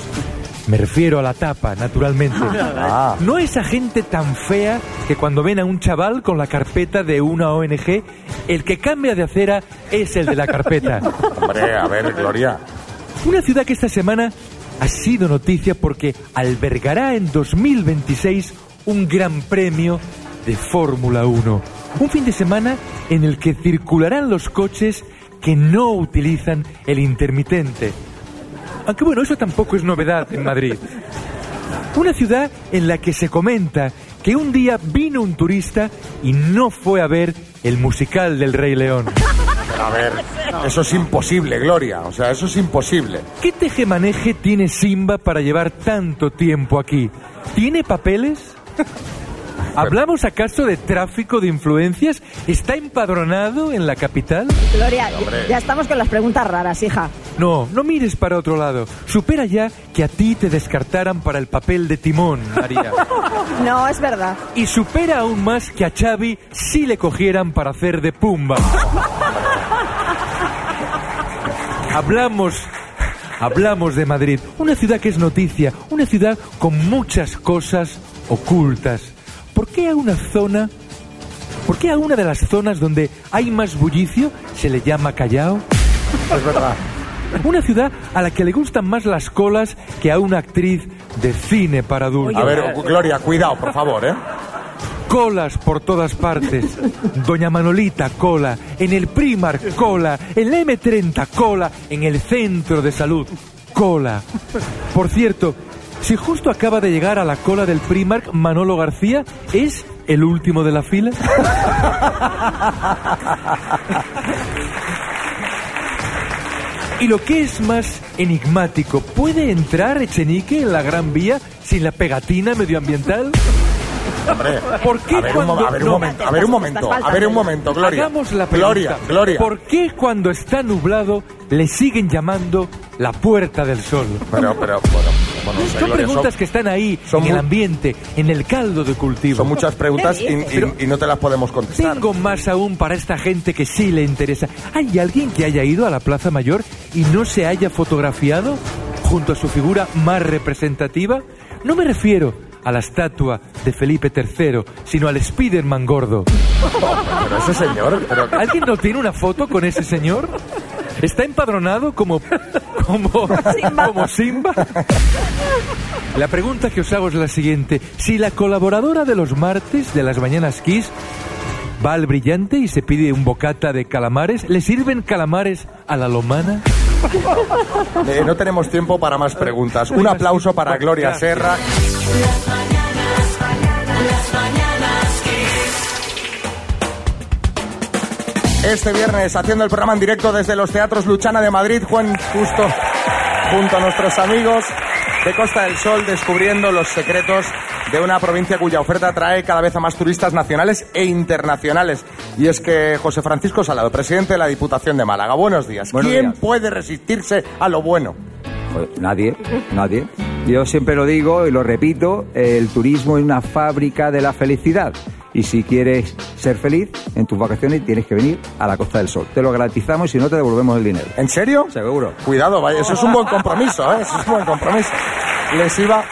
Speaker 2: Me refiero a la tapa, naturalmente.
Speaker 9: Ah.
Speaker 2: No esa gente tan fea que cuando ven a un chaval con la carpeta de una ONG, el que cambia de acera es el de la carpeta.
Speaker 3: Hombre, a ver, Gloria.
Speaker 2: Una ciudad que esta semana ha sido noticia porque albergará en 2026 un gran premio de Fórmula 1. Un fin de semana en el que circularán los coches que no utilizan el intermitente. Aunque bueno, eso tampoco es novedad en Madrid. Una ciudad en la que se comenta que un día vino un turista y no fue a ver el musical del Rey León.
Speaker 3: A ver, eso es imposible, Gloria. O sea, eso es imposible.
Speaker 2: ¿Qué tejemaneje tiene Simba para llevar tanto tiempo aquí? ¿Tiene papeles? ¿Hablamos acaso de tráfico de influencias? ¿Está empadronado en la capital?
Speaker 4: Gloria,
Speaker 2: Hombre.
Speaker 4: ya estamos con las preguntas raras, hija.
Speaker 2: No, no mires para otro lado. Supera ya que a ti te descartaran para el papel de timón, María.
Speaker 4: No, es verdad.
Speaker 2: Y supera aún más que a Xavi si le cogieran para hacer de Pumba. Hablamos, hablamos de Madrid, una ciudad que es noticia, una ciudad con muchas cosas ocultas. ¿Por qué a una zona, por qué a una de las zonas donde hay más bullicio se le llama Callao?
Speaker 3: Es verdad.
Speaker 2: Una ciudad a la que le gustan más las colas que a una actriz de cine para adultos.
Speaker 3: A ver, Gloria, cuidado, por favor, ¿eh?
Speaker 2: Colas por todas partes. Doña Manolita, cola. En el Primark, cola. En la M30, cola. En el centro de salud, cola. Por cierto, si justo acaba de llegar a la cola del Primark, Manolo García es el último de la fila. Y lo que es más enigmático, ¿puede entrar Echenique en la Gran Vía sin la pegatina medioambiental?
Speaker 3: Hombre,
Speaker 2: ¿Por qué
Speaker 3: a ver, un
Speaker 2: cuando-
Speaker 3: mo- a ver, un
Speaker 2: no.
Speaker 3: momento, a ver, un momento, a ver, un momento, Gloria.
Speaker 2: Hagamos la
Speaker 3: Gloria,
Speaker 2: pregunta.
Speaker 3: Gloria.
Speaker 2: ¿Por qué cuando está nublado le siguen llamando la Puerta del Sol?
Speaker 3: Pero, pero, bueno, bueno, no sé,
Speaker 2: son
Speaker 3: Gloria,
Speaker 2: preguntas
Speaker 3: son-
Speaker 2: que están ahí, en el
Speaker 3: mu-
Speaker 2: ambiente, en el caldo de cultivo.
Speaker 3: Son muchas preguntas y, y-
Speaker 2: Pero
Speaker 3: y no te las podemos contestar.
Speaker 2: tengo más aún para esta gente que sí le interesa. ¿Hay alguien que haya ido a la Plaza Mayor y no se haya fotografiado junto a su figura más representativa? No me refiero a la estatua de Felipe III, sino al Spiderman gordo.
Speaker 3: Pero ese señor, pero...
Speaker 2: ¿Alguien no tiene una foto con ese señor? ¿Está empadronado como, como, como Simba? La pregunta que os hago es la siguiente. Si la colaboradora de los martes de las Mañanas Kiss va al brillante y se pide un bocata de calamares, ¿le sirven calamares a la lomana?
Speaker 3: Eh, no tenemos tiempo para más preguntas. Un aplauso para Gloria
Speaker 2: Gracias.
Speaker 3: Serra. Este viernes, haciendo el programa en directo desde los Teatros Luchana de Madrid, Juan Justo, junto a nuestros amigos de Costa del Sol, descubriendo los secretos de una provincia cuya oferta trae cada vez a más turistas nacionales e internacionales. Y es que José Francisco Salado, presidente de la Diputación de Málaga, buenos días.
Speaker 7: Buenos
Speaker 3: ¿Quién
Speaker 7: días.
Speaker 3: puede resistirse a lo bueno?
Speaker 7: Joder, Pues, nadie, nadie. Yo siempre lo digo y lo repito, el turismo es una fábrica de la felicidad. Y si quieres ser feliz en tus vacaciones tienes que venir a la Costa del Sol. Te lo garantizamos y si no te devolvemos el dinero.
Speaker 3: ¿En serio?
Speaker 7: Seguro.
Speaker 3: Cuidado, vaya, eso es un buen compromiso, ¿eh? Eso es un buen compromiso. Les iba,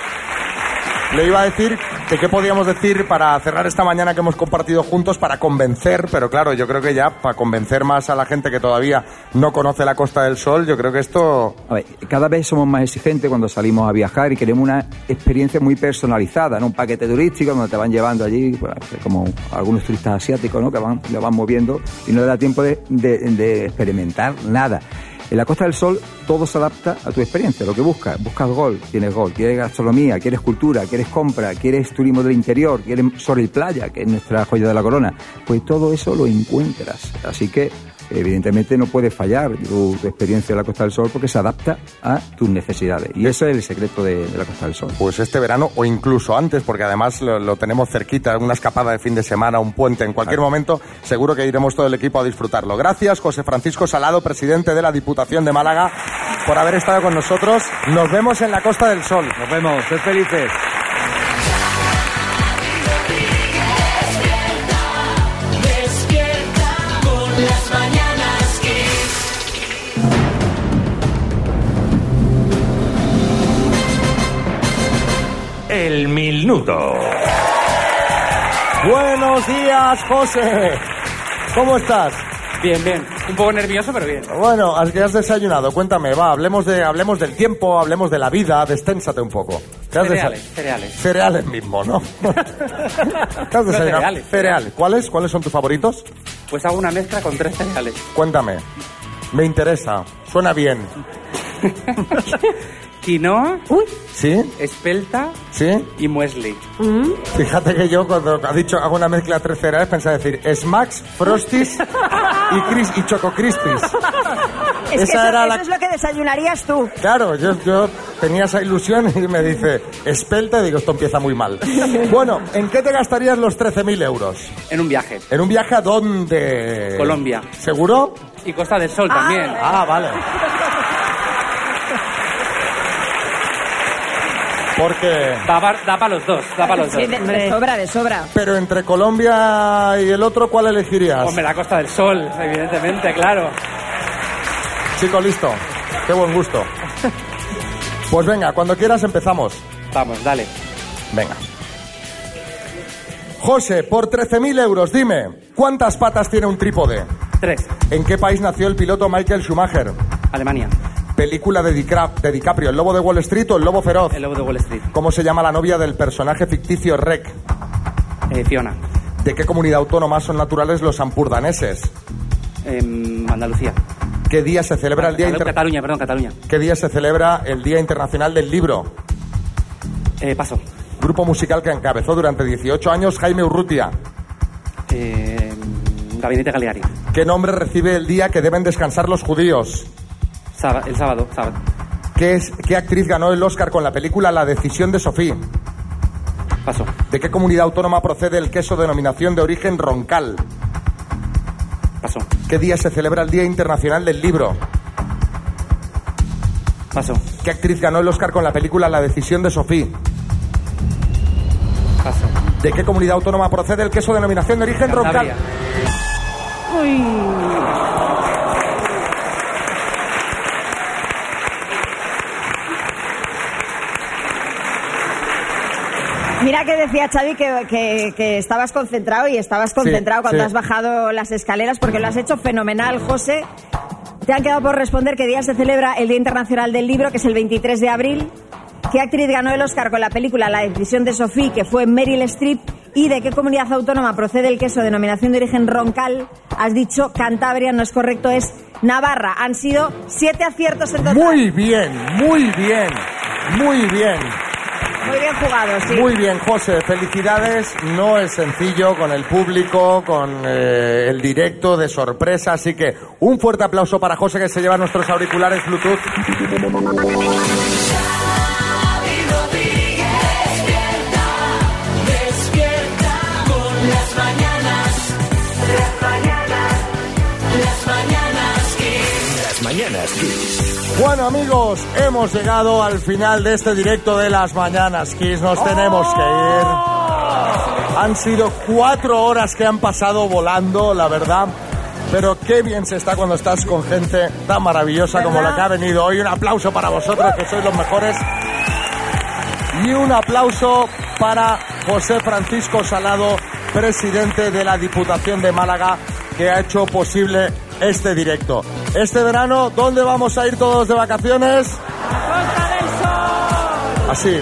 Speaker 3: le iba a decir ¿De qué podíamos decir para cerrar esta mañana que hemos compartido juntos para convencer? Pero claro, yo creo que ya para convencer más a la gente que todavía no conoce la Costa del Sol, yo creo que esto
Speaker 7: A ver, cada vez somos más exigentes cuando salimos a viajar y queremos una experiencia muy personalizada, ¿no? Un paquete turístico donde te van llevando allí, pues, como algunos turistas asiáticos, ¿no? Que van, lo van moviendo y no le da tiempo de, de- de experimentar nada. En la Costa del Sol todo se adapta a tu experiencia, lo que buscas. Buscas gol, tienes gol. Quieres gastronomía, quieres cultura, quieres compra, quieres turismo del interior, quieres sol y playa, que es nuestra joya de la corona. Pues todo eso lo encuentras. Así que evidentemente no puede fallar tu, tu experiencia de la Costa del Sol porque se adapta a tus necesidades. Y ese es el secreto de, de la Costa del Sol.
Speaker 3: Pues este verano o incluso antes, porque además lo, lo tenemos cerquita, una escapada de fin de semana, un puente, en cualquier momento seguro que iremos todo el equipo a disfrutarlo. Gracias José Francisco Salado, presidente de la Diputación de Málaga, por haber estado con nosotros. Nos vemos en la Costa del Sol. Nos vemos, sed felices.
Speaker 1: Despierta con las mañanas Kiss.
Speaker 5: El minuto.
Speaker 3: Buenos días, José. ¿Cómo estás?
Speaker 8: Bien, bien. Un poco nervioso, pero bien.
Speaker 3: Bueno, has- que has desayunado, cuéntame, va, hablemos, de, hablemos del tiempo, hablemos de la vida, desténsate un poco. ¿Qué has desa-
Speaker 8: Cereales, cereales.
Speaker 3: Cereales mismo, ¿no? ¿Qué has
Speaker 8: No,
Speaker 3: desayunado?
Speaker 8: cereales.
Speaker 3: Cereales. ¿Cuáles? ¿Cuáles son tus favoritos?
Speaker 8: Pues hago una mezcla con tres cereales.
Speaker 3: Cuéntame. Me interesa. Suena bien.
Speaker 8: Quinoa,
Speaker 3: ¿Sí?
Speaker 8: espelta
Speaker 3: ¿Sí?
Speaker 8: y muesli.
Speaker 3: ¿Mm? Fíjate que yo cuando has dicho hago una mezcla de tres cereales pensaba decir Smacks, Frosties y, Cris y Choco Crispies.
Speaker 4: Es que
Speaker 3: Esa
Speaker 4: eso,
Speaker 3: era
Speaker 4: eso
Speaker 3: la-
Speaker 4: es lo que desayunarías tú.
Speaker 3: Claro, yo, yo tenía esa ilusión y me dice espelta y digo esto empieza muy mal. Bueno, ¿en qué te gastarías los 13.000 euros?
Speaker 8: En un viaje.
Speaker 3: ¿En un viaje a dónde?
Speaker 8: Colombia.
Speaker 3: ¿Seguro?
Speaker 8: Y Costa del Sol también.
Speaker 3: Ah, vale. Porque...
Speaker 8: Da, pa- da para los dos, da para los dos.
Speaker 4: de sobra, de sobra.
Speaker 3: Pero entre Colombia y el otro, ¿cuál elegirías?
Speaker 8: Hombre, la Costa del Sol, evidentemente, claro.
Speaker 3: Chico, listo. Qué buen gusto. Pues venga, cuando quieras empezamos.
Speaker 8: Vamos, dale.
Speaker 3: Venga. José, por 13.000 euros, dime, ¿cuántas patas tiene un trípode?
Speaker 8: Tres.
Speaker 3: ¿En qué país nació el piloto Michael Schumacher?
Speaker 8: Alemania.
Speaker 3: Película de, Dicra- de DiCaprio, ¿El lobo de Wall Street o El lobo feroz?
Speaker 8: El lobo de Wall Street.
Speaker 3: ¿Cómo se llama la novia del personaje ficticio Rec?
Speaker 8: Eh, Fiona.
Speaker 3: ¿De qué comunidad autónoma son naturales los ampurdaneses?
Speaker 8: Em, Andalucía.
Speaker 3: ¿Qué día se celebra el Día
Speaker 8: Catalu-
Speaker 3: Inter-
Speaker 8: Cataluña, perdón, Cataluña.
Speaker 3: ¿Qué día se celebra el Día Internacional del Libro?
Speaker 8: Eh, paso.
Speaker 3: Grupo musical que encabezó durante 18 años Jaime Urrutia.
Speaker 8: Eh, Gabinete Galeari.
Speaker 3: ¿Qué nombre recibe el día que deben descansar los judíos?
Speaker 8: Saba- el sábado, sábado.
Speaker 3: ¿Qué, es, ¿Qué actriz ganó el Oscar con la película La decisión de Sofía?
Speaker 8: Paso.
Speaker 3: ¿De qué comunidad autónoma procede el queso denominación de origen roncal?
Speaker 8: Paso.
Speaker 3: ¿Qué día se celebra el Día Internacional del Libro?
Speaker 8: Paso.
Speaker 3: ¿Qué actriz ganó el Oscar con la película La decisión de Sofía?
Speaker 8: Paso.
Speaker 3: ¿De qué comunidad autónoma procede el queso denominación de origen
Speaker 8: Cantabria.
Speaker 3: roncal?
Speaker 4: Mira que decía Xavi que, que- que estabas concentrado y estabas concentrado cuando
Speaker 9: sí.
Speaker 4: has bajado las escaleras porque lo has hecho fenomenal, José. Te han quedado por responder qué día se celebra el Día Internacional del Libro, que es el 23 de abril. ¿Qué actriz ganó el Oscar con la película La decisión de Sofía, que fue Meryl Streep? ¿Y de qué comunidad autónoma procede el queso denominación de origen roncal? Has dicho Cantabria, no es correcto, es Navarra. Han sido siete aciertos en total.
Speaker 3: Muy bien, muy bien, muy bien.
Speaker 4: Muy bien jugado, sí.
Speaker 3: Muy bien, José, felicidades. No es sencillo con el público, con eh, el directo de sorpresa, así que un fuerte aplauso para José que se lleva nuestros auriculares Bluetooth.
Speaker 1: Despierta con las mañanas. Las mañanas. Las mañanas Kiss.
Speaker 22: Las mañanas Kiss.
Speaker 3: Bueno, amigos, hemos llegado al final de este directo de las mañanas, Kiss. Nos tenemos que
Speaker 4: ¡Oh!
Speaker 3: ir. Han sido cuatro horas que han pasado volando, la verdad. Pero qué bien se está cuando estás con gente tan maravillosa como la que ha venido hoy. Un aplauso para vosotros, que sois los mejores. Y un aplauso para José Francisco Salado, presidente de la Diputación de Málaga, que ha hecho posible este directo. Este verano, ¿dónde vamos a ir todos de vacaciones? Así,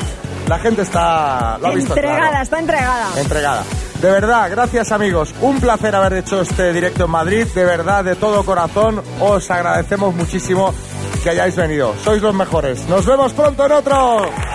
Speaker 3: la gente está... Lo ha visto
Speaker 4: entregada,
Speaker 3: claro.
Speaker 4: está entregada.
Speaker 3: Entregada. De verdad, gracias amigos. Un placer haber hecho este directo en Madrid. De verdad, de todo corazón, os agradecemos muchísimo que hayáis venido. Sois los mejores. Nos vemos pronto en otro.